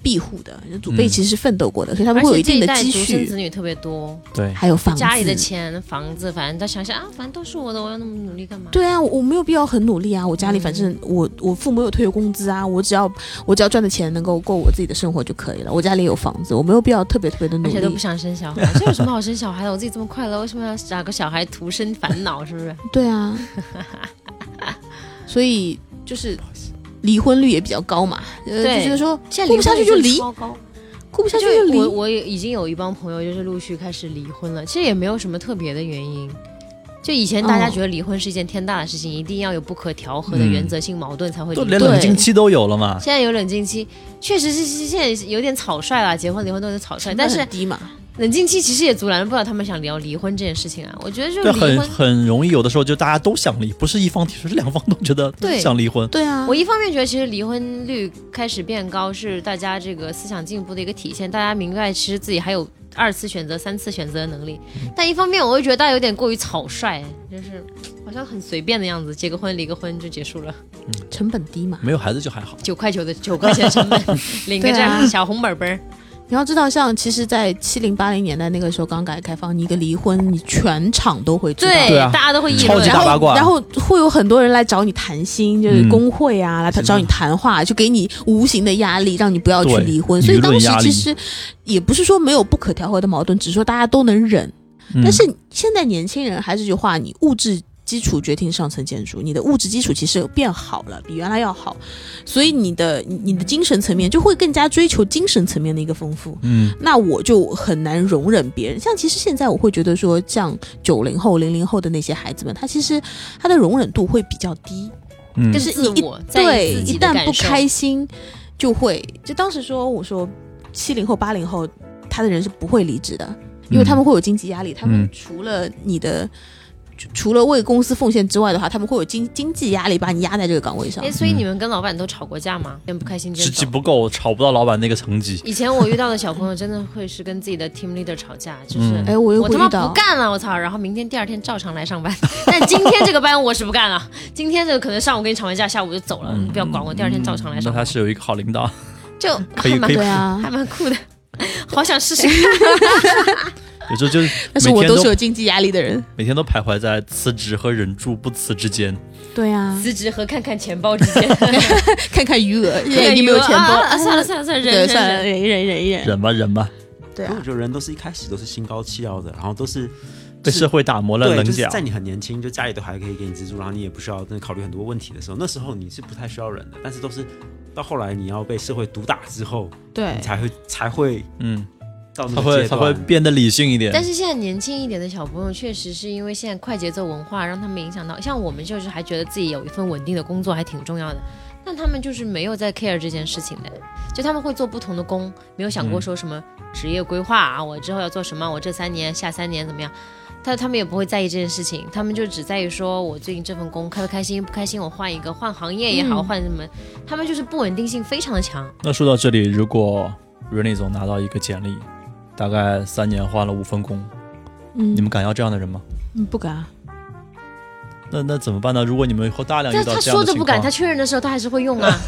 [SPEAKER 4] 庇护的，祖
[SPEAKER 1] 嗯
[SPEAKER 4] 辈其实是奋斗过的，所以他
[SPEAKER 3] 而
[SPEAKER 4] 们会有
[SPEAKER 3] 且
[SPEAKER 4] 一
[SPEAKER 3] 这
[SPEAKER 4] 定的
[SPEAKER 3] 代
[SPEAKER 4] 积
[SPEAKER 3] 独生子
[SPEAKER 4] 蓄，
[SPEAKER 3] 女特别多，
[SPEAKER 1] 对，
[SPEAKER 4] 还有房子。
[SPEAKER 3] 家里的钱、房子，反正他想想啊，反正都是我的，我要那么努力干嘛？
[SPEAKER 4] 对啊，我我没有必要很努力啊，我
[SPEAKER 3] 嗯
[SPEAKER 4] 家里反正我我父母有退休工资啊，我只要我只要赚的钱能够够我自己的生活就可以了。我家里有房子，我没有必要特别特别的努
[SPEAKER 3] 而且都不
[SPEAKER 4] 力。
[SPEAKER 3] 想生小孩，这有什么好生小孩的？我自己这么快乐，为什么要找个小孩徒生烦恼？是不 是？
[SPEAKER 4] 对 啊，所以就是离婚率也比较高嘛，呃，
[SPEAKER 3] 对
[SPEAKER 4] 就觉得说
[SPEAKER 3] 现在
[SPEAKER 4] 过不下去就离
[SPEAKER 3] 超高，
[SPEAKER 4] 过不下去
[SPEAKER 3] 就
[SPEAKER 4] 就是
[SPEAKER 3] 我
[SPEAKER 4] 离，
[SPEAKER 3] 我也已经有一帮朋友就是陆续开始离婚了，其实也没有什么特别的原因。就以前大家
[SPEAKER 4] 哦
[SPEAKER 3] 觉得离婚是一件天大的事情，一定要有不可调和的
[SPEAKER 1] 嗯
[SPEAKER 3] 原则性矛盾才会离
[SPEAKER 1] 都
[SPEAKER 3] 婚。
[SPEAKER 1] 连冷静期都有了嘛，
[SPEAKER 3] 现在有冷静期，确实是是现在有点草率了，结婚离婚都是草率，但
[SPEAKER 4] 成本
[SPEAKER 3] 是
[SPEAKER 4] 很低嘛，
[SPEAKER 3] 冷静期其实也阻拦不了他们想聊离婚这件事情啊。我觉得就是
[SPEAKER 1] 对，
[SPEAKER 3] 离
[SPEAKER 1] 很
[SPEAKER 3] 婚，
[SPEAKER 1] 很容易，有的时候就大家都想离，不是一方提出，是两方都觉得
[SPEAKER 3] 对
[SPEAKER 1] 想离婚。
[SPEAKER 4] 对啊，
[SPEAKER 3] 我一方面觉得其实离婚率开始变高是大家这个思想进步的一个体现，大家明白其实自己还有二次选择、三次选择的能力。但一方面我会觉得大家有点过于草率，就是好像很随便的样子，结个婚离个婚就结束了，
[SPEAKER 4] 成本低嘛。
[SPEAKER 1] 没有孩子就还好，
[SPEAKER 3] 九块九的 九块钱成本，领个这
[SPEAKER 4] 对
[SPEAKER 3] 样
[SPEAKER 4] 啊
[SPEAKER 3] 小红本本儿。
[SPEAKER 4] 你要知道，像其实，在七零八零年代那个时候刚改革开放，你一个离婚，你全场都会知道。
[SPEAKER 1] 对啊
[SPEAKER 3] 大家都会议
[SPEAKER 1] 超
[SPEAKER 3] 论
[SPEAKER 1] 级。大八卦
[SPEAKER 4] 然后会有很多人来找你谈心，就是
[SPEAKER 1] 嗯
[SPEAKER 4] 工会啊，来找你谈话，就给你无形的压力，让你不要去
[SPEAKER 1] 对
[SPEAKER 4] 离婚。
[SPEAKER 1] 舆
[SPEAKER 4] 所以
[SPEAKER 1] 论
[SPEAKER 4] 当时
[SPEAKER 1] 压力
[SPEAKER 4] 其实也不是说没有不可调和的矛盾，只是说大家都能忍。
[SPEAKER 1] 嗯
[SPEAKER 4] 但是现在年轻人还是这句话，你物质基础决定上层建筑，你的物质基础其实变好了，比原来要好，所以你的你你的精神层面就会更加追求精神层面的一个丰富。
[SPEAKER 1] 嗯，
[SPEAKER 4] 那我就很难容忍别人。像其实现在我会觉得说，像九零后、零零后的那些孩子们，他其实他的容忍度会比较低，
[SPEAKER 1] 嗯
[SPEAKER 4] 就
[SPEAKER 3] 就是自
[SPEAKER 4] 你一
[SPEAKER 3] 我在
[SPEAKER 4] 对
[SPEAKER 3] 意自己
[SPEAKER 4] 一
[SPEAKER 3] 的
[SPEAKER 4] 旦
[SPEAKER 3] 感
[SPEAKER 4] 不
[SPEAKER 3] 受
[SPEAKER 4] 开心就会。就当时说我说七零后、八零后，他的人是不会离职的，因为他们会有经济压力，他们
[SPEAKER 1] 嗯
[SPEAKER 4] 除了你的。除除了为公司奉献之外的话，他们会有经经济压力把你压在这个岗位
[SPEAKER 1] 嗯
[SPEAKER 4] 上
[SPEAKER 3] 哎，。所以你们跟老板都吵过架吗？跟不开心就
[SPEAKER 1] 职级
[SPEAKER 3] 走。
[SPEAKER 1] 不够，炒不到老板那个层级。
[SPEAKER 3] 以前我遇到的小朋友真的会是跟自己的 team leader 吵架，就是、
[SPEAKER 1] 嗯
[SPEAKER 4] 哎，我又
[SPEAKER 3] 我
[SPEAKER 4] 会
[SPEAKER 3] 他
[SPEAKER 4] 遇
[SPEAKER 3] 妈
[SPEAKER 4] 到
[SPEAKER 3] 不干了，我操！然后明天第二天照常来上班，但今天这个班我是不干了。今天这个可能上午跟你吵完架，下午就走了，
[SPEAKER 1] 嗯
[SPEAKER 3] 你不要管我，第二天照常来
[SPEAKER 1] 那
[SPEAKER 3] 上
[SPEAKER 1] 他
[SPEAKER 3] 班，
[SPEAKER 1] 是有一个好领导，
[SPEAKER 3] 就
[SPEAKER 1] 可以
[SPEAKER 3] 还蛮
[SPEAKER 1] 可以
[SPEAKER 4] 对啊，
[SPEAKER 3] 还蛮酷的，好想试 试。
[SPEAKER 1] 有时候就是
[SPEAKER 4] 但是
[SPEAKER 1] 每
[SPEAKER 4] 我
[SPEAKER 1] 天
[SPEAKER 4] 都是
[SPEAKER 1] 都
[SPEAKER 4] 有经济压力的人。
[SPEAKER 1] 每天都徘徊在辞职和忍住不辞之间。
[SPEAKER 4] 对啊，
[SPEAKER 3] 辞职和看看钱包之 间，
[SPEAKER 4] 看看余额，现
[SPEAKER 3] 对
[SPEAKER 4] 在已经没有钱包
[SPEAKER 3] 啊
[SPEAKER 4] 了
[SPEAKER 3] 啊啊，算了算了算了，
[SPEAKER 4] 对，
[SPEAKER 3] 忍
[SPEAKER 4] 算了，
[SPEAKER 3] 忍忍。
[SPEAKER 4] 忍一忍，忍一忍。
[SPEAKER 1] 忍吧忍吧，
[SPEAKER 4] 对
[SPEAKER 2] 因为我
[SPEAKER 4] 啊，
[SPEAKER 2] 觉得人都是一开始都是心高气傲的，然后都是
[SPEAKER 1] 被
[SPEAKER 2] 是
[SPEAKER 1] 社会打磨了
[SPEAKER 2] 对，
[SPEAKER 1] 棱
[SPEAKER 2] 就是
[SPEAKER 1] 角。
[SPEAKER 2] 在你很年轻，就家里都还可以给你资助，然后你也不需要真的考虑很多问题的时候，那时候你是不太需要忍的。但是都是到后来你要被社会毒打之后，
[SPEAKER 4] 对
[SPEAKER 2] 你，才会才会
[SPEAKER 1] 嗯，
[SPEAKER 2] 到
[SPEAKER 1] 他
[SPEAKER 2] 那个
[SPEAKER 1] 会
[SPEAKER 2] 阶
[SPEAKER 1] 他会
[SPEAKER 2] 段。
[SPEAKER 1] 变得理性一点。
[SPEAKER 3] 但是现在年轻一点的小朋友，确实是因为现在快节奏文化让他们影响到，像我们就是还觉得自己有一份稳定的工作还挺重要的，但他们就是没有在 care 这件事情的，就他们会做不同的工，没有
[SPEAKER 1] 嗯
[SPEAKER 3] 想过说什么职业规划啊，我之后要做什么，我这三年下三年怎么样。但他们也不会在意这件事情，他们就只在意说我最近这份工开不开心，不开心我换一个，换行业也好，
[SPEAKER 4] 嗯
[SPEAKER 3] 换什么，他们就是不稳定性非常的强。
[SPEAKER 1] 那说到这里，如果 Rainy 总拿到一个简历，大概三年换了五份工，
[SPEAKER 4] 嗯
[SPEAKER 1] 你们敢要这样的人吗？
[SPEAKER 4] 嗯不敢，
[SPEAKER 1] 那那怎么办呢？如果你们以后大量遇
[SPEAKER 3] 但
[SPEAKER 1] 到
[SPEAKER 3] 他
[SPEAKER 1] 这样
[SPEAKER 3] 说
[SPEAKER 1] 的
[SPEAKER 3] 着
[SPEAKER 1] 情
[SPEAKER 3] 不
[SPEAKER 1] 况
[SPEAKER 3] 敢，，他确认的时候他还是会用 啊。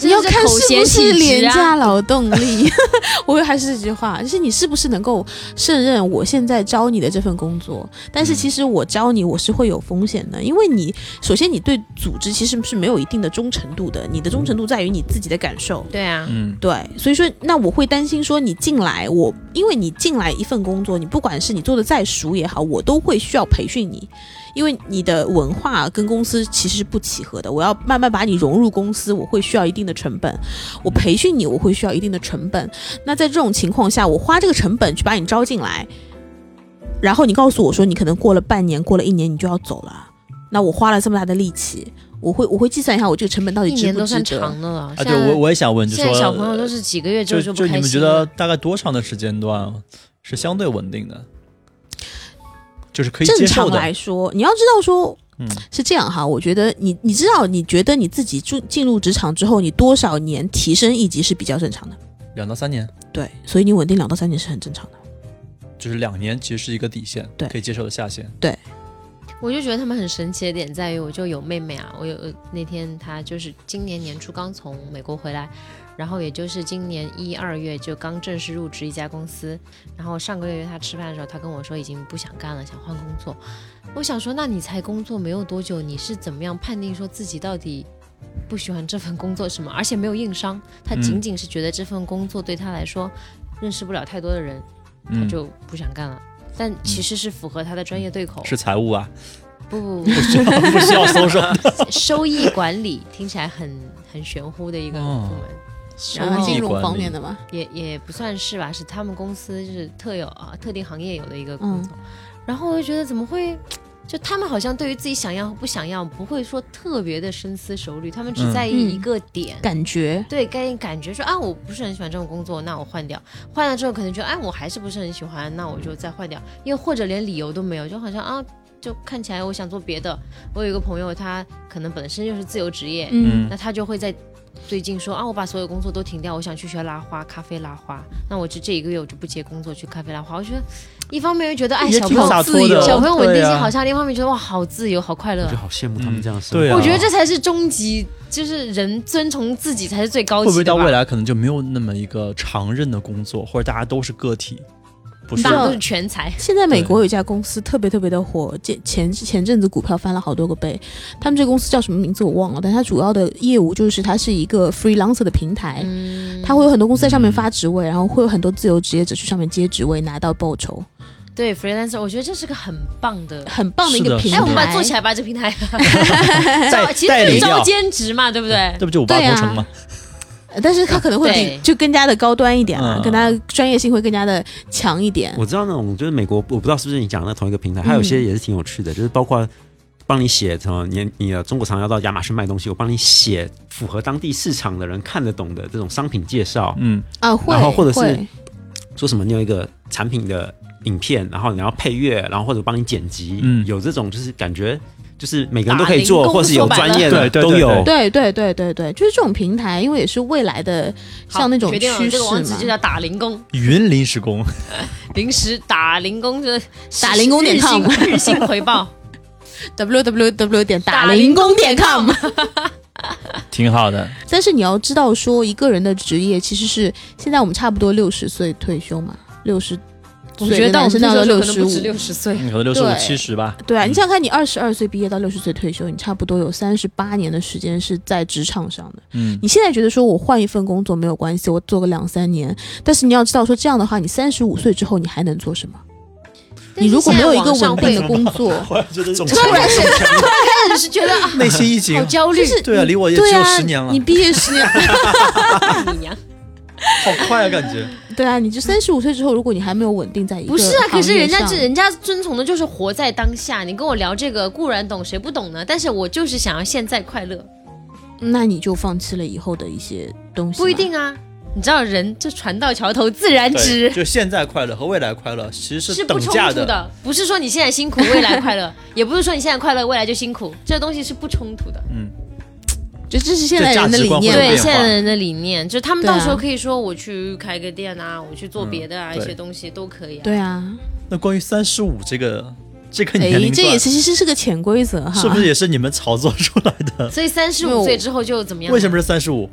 [SPEAKER 4] 你要看
[SPEAKER 3] 口
[SPEAKER 4] 是
[SPEAKER 3] 嫌
[SPEAKER 4] 不是
[SPEAKER 3] 体直
[SPEAKER 4] 廉
[SPEAKER 3] 啊
[SPEAKER 4] 价劳动力。 我还是这句话，就是你是不是能够胜任我现在招你的这份工作？但
[SPEAKER 3] 嗯
[SPEAKER 4] 是其实我招你，我是会有风险的，因为你首先你对组织其实是没有一定的忠诚度的，你的忠诚度在于你自己的感受。
[SPEAKER 3] 对啊，
[SPEAKER 1] 嗯，
[SPEAKER 4] 对，所以说，那我会担心说你进来，我因为你进来一份工作，你不管是你做的再熟也好，我都会需要培训你，因为你的文化跟公司其实是不契合的。我要慢慢把你融入公司，我会需要一定的成本，我培训你，我会需要一定的成本。那在这种情况下，我花这个成本去把你招进来，然后你告诉我说你可能过了半年，过了一年你就要走了。那我花了这么大的力气，我会我会计算一下我这个成本到底
[SPEAKER 3] 一
[SPEAKER 4] 值
[SPEAKER 3] 年
[SPEAKER 4] 不
[SPEAKER 3] 都
[SPEAKER 4] 值
[SPEAKER 3] 算
[SPEAKER 4] 得。
[SPEAKER 3] 长的了。
[SPEAKER 1] 啊，
[SPEAKER 3] 现
[SPEAKER 1] 对
[SPEAKER 3] 在
[SPEAKER 1] 我我也想问，就
[SPEAKER 3] 现在
[SPEAKER 1] 说呃
[SPEAKER 3] 小朋友都是几个月之后
[SPEAKER 1] 就
[SPEAKER 3] 不
[SPEAKER 1] 就
[SPEAKER 3] 开
[SPEAKER 1] 你
[SPEAKER 3] 心
[SPEAKER 1] 们觉
[SPEAKER 3] 了
[SPEAKER 1] 得大概多长的时间段是相对稳定的，就是可以接
[SPEAKER 4] 正
[SPEAKER 1] 受
[SPEAKER 4] 常
[SPEAKER 1] 的？
[SPEAKER 4] 来说，你要知道说
[SPEAKER 1] 嗯，
[SPEAKER 4] 是这样哈，我觉得你你知道，你觉得你自己进进入职场之后，你多少年提升一级是比较正常的，
[SPEAKER 1] 两到三年，
[SPEAKER 4] 对，所以你稳定两到三年是很正常的。
[SPEAKER 1] 就是两年其实是一个底线，
[SPEAKER 4] 对
[SPEAKER 1] 可以接受的下限。
[SPEAKER 3] 我就觉得他们很神奇的点在于，我就有妹妹啊，我有那天她就是今年年初刚从美国回来，然后也就是今年一二月就刚正式入职一家公司，然后上个月约她吃饭的时候，她跟我说已经不想干了，想换工作。我想说，那你才工作没有多久，你是怎么样判定说自己到底不喜欢这份工作什么？而且没有硬伤，她
[SPEAKER 1] 嗯
[SPEAKER 3] 仅仅是觉得这份工作对她来说认识不了太多的人，她
[SPEAKER 1] 嗯，
[SPEAKER 3] 就不想干了。但其实是符合她的专业对口，
[SPEAKER 1] 是财务 啊，
[SPEAKER 3] 不不不，
[SPEAKER 1] 不需要搜 索。嗯
[SPEAKER 3] 收益管理听起来很很玄乎的一个部
[SPEAKER 1] 哦
[SPEAKER 3] 门，
[SPEAKER 1] 收
[SPEAKER 3] 然后
[SPEAKER 1] 益
[SPEAKER 4] 金融
[SPEAKER 1] 管
[SPEAKER 4] 方
[SPEAKER 1] 理
[SPEAKER 4] 面的嘛，
[SPEAKER 3] 也也不算是吧，是他们公司就是特有啊特定行业有的一个工
[SPEAKER 1] 嗯
[SPEAKER 3] 作。然后我就觉得怎么会，就他们好像对于自己想要和不想要不会说特别的深思熟虑，他们只
[SPEAKER 1] 嗯
[SPEAKER 3] 在意一
[SPEAKER 4] 嗯
[SPEAKER 3] 个点。
[SPEAKER 4] 感觉
[SPEAKER 3] 对，该感觉说啊，我不是很喜欢这种工作，那我换掉。换了之后，可能觉得哎，我还是不是很喜欢，那我就再换掉。又或者连理由都没有，就好像啊，就看起来我想做别的。我有一个朋友，他可能本身就是自由职业，
[SPEAKER 1] 嗯
[SPEAKER 3] 那他就会在最近说啊，我把所有工作都停掉，我想去学拉花，咖啡拉花。那我就这一个月我就不接工作去咖啡拉花。我觉得，一方面又觉得哎，
[SPEAKER 1] 也
[SPEAKER 3] 小朋
[SPEAKER 1] 挺
[SPEAKER 3] 友
[SPEAKER 1] 洒脱的，
[SPEAKER 3] 小朋友稳定
[SPEAKER 1] 对
[SPEAKER 3] 性
[SPEAKER 1] 啊
[SPEAKER 3] 好像，另一方面觉得哇，好自由，好快乐啊
[SPEAKER 2] 我就。好羡慕他们这样的生
[SPEAKER 1] 对
[SPEAKER 2] 活。
[SPEAKER 1] 啊
[SPEAKER 3] 我觉得这才是终极，就是人遵从自己才是最高级
[SPEAKER 1] 会
[SPEAKER 3] 的
[SPEAKER 1] 不
[SPEAKER 3] 吧。
[SPEAKER 1] 会到未来可能就没有那么一个常任的工作，或者大家都是个体，不是
[SPEAKER 3] 大
[SPEAKER 4] 知
[SPEAKER 3] 家
[SPEAKER 4] 道
[SPEAKER 3] 都是全才，
[SPEAKER 4] 现在美国有一家公司特别特别的火，前前前阵子股票翻了好多个倍。他们这个公司叫什么名字我忘了，但它主要的业务就是它是一个 freelancer 的平台，
[SPEAKER 3] 嗯，
[SPEAKER 4] 它会有很多公司在上面发职位，然后会有很多自由职业者去上面接职位拿到报酬，
[SPEAKER 3] 对 freelancer，我觉得这是个很棒的。
[SPEAKER 4] 很棒的一
[SPEAKER 1] 是
[SPEAKER 4] 个
[SPEAKER 1] 的
[SPEAKER 4] 平台。
[SPEAKER 3] 哎，我们把它做起来吧，这个平台，
[SPEAKER 1] 代
[SPEAKER 3] 其实
[SPEAKER 1] 代
[SPEAKER 3] 就是
[SPEAKER 1] 理
[SPEAKER 3] 招
[SPEAKER 1] 掉？
[SPEAKER 3] 兼职嘛，对不对？
[SPEAKER 1] 这不就五八
[SPEAKER 4] 对啊
[SPEAKER 1] 同城吗？
[SPEAKER 4] 呃但是它可能会
[SPEAKER 3] 对
[SPEAKER 4] 比就更加的高端一点了，
[SPEAKER 1] 嗯
[SPEAKER 4] 更加专业性会更加的强一点。
[SPEAKER 2] 我知道那种就是美国，我不知道是不是你讲的同一个平台，还有一些也是挺有趣
[SPEAKER 1] 嗯
[SPEAKER 2] 的，就是包括帮你写什么，你你的中国常要到亚马逊卖东西，我帮你写符合当地市场的人看得懂的这种商品介绍，
[SPEAKER 1] 嗯，
[SPEAKER 4] 啊，会
[SPEAKER 2] 然后或者是
[SPEAKER 4] 会
[SPEAKER 2] 说什么你有一个产品的影片，然后你要配乐，然后或者帮你剪辑，
[SPEAKER 1] 嗯
[SPEAKER 2] 有这种就是感觉就是每个人都可以
[SPEAKER 3] 打
[SPEAKER 2] 做，
[SPEAKER 3] 零工
[SPEAKER 2] 或是有
[SPEAKER 3] 说白了
[SPEAKER 2] 专业的
[SPEAKER 1] 对对
[SPEAKER 2] 都
[SPEAKER 1] 对
[SPEAKER 2] 有。
[SPEAKER 4] 对对对对对，就是这种平台，因为也是未来的
[SPEAKER 3] 好
[SPEAKER 4] 像那种
[SPEAKER 3] 决
[SPEAKER 4] 趋
[SPEAKER 3] 定了，
[SPEAKER 4] 势嘛。
[SPEAKER 3] 这个网址就叫打零工，
[SPEAKER 1] 云临时工，
[SPEAKER 3] 临时打零工就是
[SPEAKER 4] 打零工点
[SPEAKER 3] 日薪
[SPEAKER 4] com
[SPEAKER 3] 日薪回 报，
[SPEAKER 4] www 点
[SPEAKER 3] 打
[SPEAKER 4] 打
[SPEAKER 3] 零
[SPEAKER 4] 零
[SPEAKER 3] 工
[SPEAKER 4] 工
[SPEAKER 3] 点
[SPEAKER 4] 点
[SPEAKER 3] com
[SPEAKER 4] com。
[SPEAKER 1] 挺好的。
[SPEAKER 4] 但是你要知道，说一个人的职业其实是现在我们差不多六十岁退休嘛，六十
[SPEAKER 3] 我觉
[SPEAKER 4] 岁
[SPEAKER 3] 得
[SPEAKER 4] 的男生到了
[SPEAKER 3] 六
[SPEAKER 4] 六
[SPEAKER 3] 十
[SPEAKER 4] 十
[SPEAKER 3] 五，
[SPEAKER 4] 五，
[SPEAKER 3] 六十岁，
[SPEAKER 1] 可能六十五
[SPEAKER 4] 对
[SPEAKER 1] 七十吧。
[SPEAKER 4] 对啊，
[SPEAKER 1] 嗯
[SPEAKER 4] 你想想看，你二十二岁毕业到六十岁退休，你差不多有三十八年的时间是在职场上的。
[SPEAKER 1] 嗯，
[SPEAKER 4] 你现在觉得说我换一份工作没有关系，我做个两三年，但是你要知道说这样的话，你三十五岁之后你还能做什么？你如果没有一个稳定的工作， 啊
[SPEAKER 1] 我觉得
[SPEAKER 4] 突然
[SPEAKER 3] 但是觉得啊
[SPEAKER 1] 内心一紧
[SPEAKER 3] 好，焦虑，
[SPEAKER 1] 对啊，离我也只
[SPEAKER 4] 对
[SPEAKER 1] 有
[SPEAKER 4] 啊
[SPEAKER 1] 十年，了
[SPEAKER 4] 你，毕业十年，
[SPEAKER 3] 你娘
[SPEAKER 1] 好快啊，感觉。
[SPEAKER 4] 对啊，你就三十五岁之后，如果你还没有稳定在一个
[SPEAKER 3] 不是啊，可是
[SPEAKER 4] 行业
[SPEAKER 3] 人家
[SPEAKER 4] 上
[SPEAKER 3] 这人家遵从的就是活在当下。你跟我聊这个固然懂，谁不懂呢？但是我就是想要现在快乐，
[SPEAKER 4] 那你就放弃了以后的一些东西。
[SPEAKER 3] 不一，定啊。你知道，人就船到桥头自然直
[SPEAKER 1] 对，就现在快乐和未来快乐其实
[SPEAKER 3] 是
[SPEAKER 1] 等
[SPEAKER 3] 不冲
[SPEAKER 1] 价
[SPEAKER 3] 突的，不是说你现在辛苦，未来快乐，也不是说你现在快乐，未来就辛苦，这东西是不冲突的。
[SPEAKER 1] 嗯，
[SPEAKER 4] 就这是现在人的理
[SPEAKER 1] 这价值观
[SPEAKER 4] 念。啊
[SPEAKER 1] 会有
[SPEAKER 3] 对
[SPEAKER 1] 变化
[SPEAKER 3] 现在的人的理念，就是他们
[SPEAKER 4] 对啊
[SPEAKER 3] 到时候可以说我去开个店啊，我去做别的啊，
[SPEAKER 1] 嗯对
[SPEAKER 3] 一些东西都可以啊。
[SPEAKER 4] 对啊，
[SPEAKER 1] 那关于三十五这个这个年
[SPEAKER 4] 哎，
[SPEAKER 1] 龄
[SPEAKER 4] 这也
[SPEAKER 1] 段，
[SPEAKER 4] 其实是个潜规则哈。
[SPEAKER 1] 是不是？也是你们炒作出来 的？
[SPEAKER 3] 所以三十五
[SPEAKER 4] 哟
[SPEAKER 3] 岁之后就怎么样？
[SPEAKER 1] 为什么？是三十五？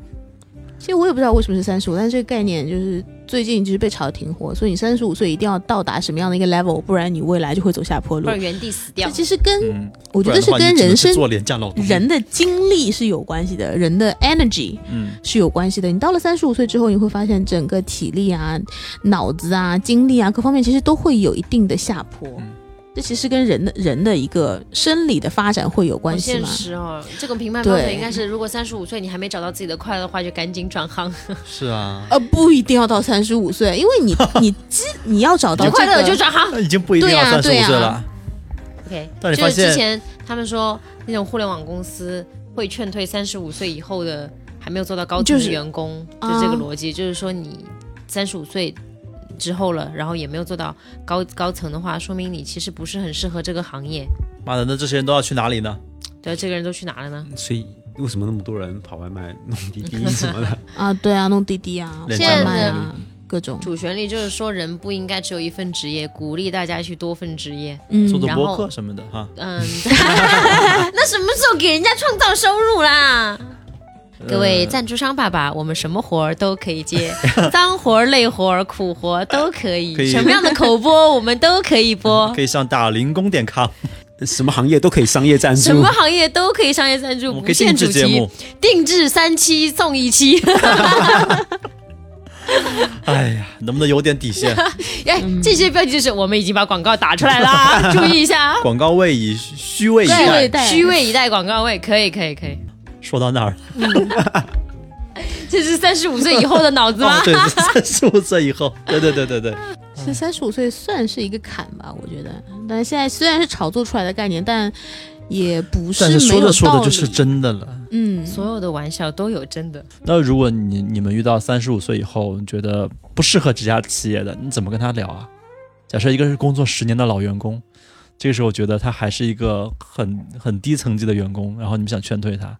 [SPEAKER 4] 其实我也不知道为什么是三十五，但是这个概念就是最近就是被炒得挺火，所以你三十五岁一定要到达什么样的一个 level，不然你未来就会走下坡
[SPEAKER 3] 不
[SPEAKER 4] 路
[SPEAKER 3] 然。原地死掉
[SPEAKER 4] 这？其实跟、
[SPEAKER 1] 嗯，
[SPEAKER 4] 我觉得是
[SPEAKER 1] 不然的话
[SPEAKER 4] 跟
[SPEAKER 1] 你只能
[SPEAKER 4] 人
[SPEAKER 1] 去
[SPEAKER 4] 生
[SPEAKER 1] 做廉嗯价劳动力
[SPEAKER 4] 人的精力是有关系的，人的 energy
[SPEAKER 1] 嗯
[SPEAKER 4] 是有关系的。你到了三十五岁之后，你会发现整个体力啊、脑子啊、精力啊各方面其实都会有一定的下坡。
[SPEAKER 1] 嗯
[SPEAKER 4] 这其实跟人的人的一个生理的发展会有
[SPEAKER 3] 好
[SPEAKER 4] 关系
[SPEAKER 3] 现
[SPEAKER 4] 嘛？
[SPEAKER 3] 实哦，这个评判标准
[SPEAKER 4] 对
[SPEAKER 3] 应该是，如果三十五岁你还没找到自己的快乐的话，就赶紧转行。
[SPEAKER 1] 是啊，
[SPEAKER 4] 呃，不一定要到三十五 岁，因为你你你你要找到、这
[SPEAKER 3] 快
[SPEAKER 4] 个、
[SPEAKER 3] 乐就转行。
[SPEAKER 1] 那已经不一定
[SPEAKER 4] 对
[SPEAKER 1] 要
[SPEAKER 4] 啊
[SPEAKER 1] 三十五
[SPEAKER 4] 对啊
[SPEAKER 1] 岁了。
[SPEAKER 3] OK，
[SPEAKER 1] 但你
[SPEAKER 3] 就
[SPEAKER 1] 发
[SPEAKER 3] 是
[SPEAKER 1] 现
[SPEAKER 3] 之前他们说那种互联网公司会劝退三十五岁以后的还没有做到高
[SPEAKER 4] 就
[SPEAKER 3] 层的
[SPEAKER 4] 是
[SPEAKER 3] 员工，就
[SPEAKER 4] 啊
[SPEAKER 3] 是、这个逻辑，就是说你三十五岁之后了，然后也没有做到高高层的话，说明你其实不是很适合这个行业。
[SPEAKER 1] 妈的，那这些人都要去哪里呢？
[SPEAKER 3] 对啊，这个人都去哪了呢？
[SPEAKER 2] 所以为什么那么多人跑外卖、弄滴滴什么的？
[SPEAKER 4] 啊，对啊，弄滴滴啊，
[SPEAKER 1] 现
[SPEAKER 4] 外
[SPEAKER 3] 在
[SPEAKER 4] 卖啊，各种，
[SPEAKER 3] 主旋律就是说人不应该只有一份职业，鼓励大家去多份职业。
[SPEAKER 4] 嗯
[SPEAKER 1] 做做
[SPEAKER 3] 然
[SPEAKER 1] 播
[SPEAKER 3] 后
[SPEAKER 1] 客什么的哈。
[SPEAKER 3] 嗯， 那什么时候给人家创造收入啦？各位
[SPEAKER 1] 呃
[SPEAKER 3] 赞助商爸爸，我们什么活儿都可以接，脏活儿、累活儿、苦活儿都可以，
[SPEAKER 1] 可以
[SPEAKER 3] 什么样的口播我们都可以播
[SPEAKER 4] 哦
[SPEAKER 1] 可，以上打零工点 com，
[SPEAKER 2] 什么行业都可以商业赞
[SPEAKER 3] 什
[SPEAKER 2] 助
[SPEAKER 3] 么，行业都可以商业赞助，
[SPEAKER 1] 我可
[SPEAKER 3] 不
[SPEAKER 1] 以定
[SPEAKER 3] 限主
[SPEAKER 1] 制节
[SPEAKER 3] 题
[SPEAKER 1] 目，。
[SPEAKER 3] 定制三期送一期。
[SPEAKER 1] 哎呀，能不能有点底 线？
[SPEAKER 3] 哎，
[SPEAKER 1] 嗯
[SPEAKER 3] 这些标题就是我们已经把广告打出来 啦，注意一下。
[SPEAKER 1] 广告位以虚位以
[SPEAKER 4] 虚
[SPEAKER 1] 外
[SPEAKER 4] 伪，带
[SPEAKER 3] 虚位以待广告位，可以可以可以，
[SPEAKER 1] 说到哪儿了？
[SPEAKER 3] 这是三十五岁以后的脑子
[SPEAKER 1] 哦
[SPEAKER 3] 吗，？
[SPEAKER 1] 对，三十五岁以后，对对对对对，
[SPEAKER 4] 是三十五岁算是一个坎吧，我觉得。但现在虽然是炒作出来的概念，但也不
[SPEAKER 1] 但是
[SPEAKER 4] 没
[SPEAKER 1] 说
[SPEAKER 4] 有
[SPEAKER 1] 着说
[SPEAKER 4] 道
[SPEAKER 1] 着
[SPEAKER 4] 理。
[SPEAKER 1] 就是真的了。
[SPEAKER 4] 嗯，
[SPEAKER 3] 所有的玩笑都有真的，
[SPEAKER 1] 那如果你你们遇到三十五岁以后觉得不适合这家企业的，你怎么跟他聊啊？假设一个是工作十年的老员工，这个时候觉得他还是一个很很低层级的员工，然后你们想劝退他，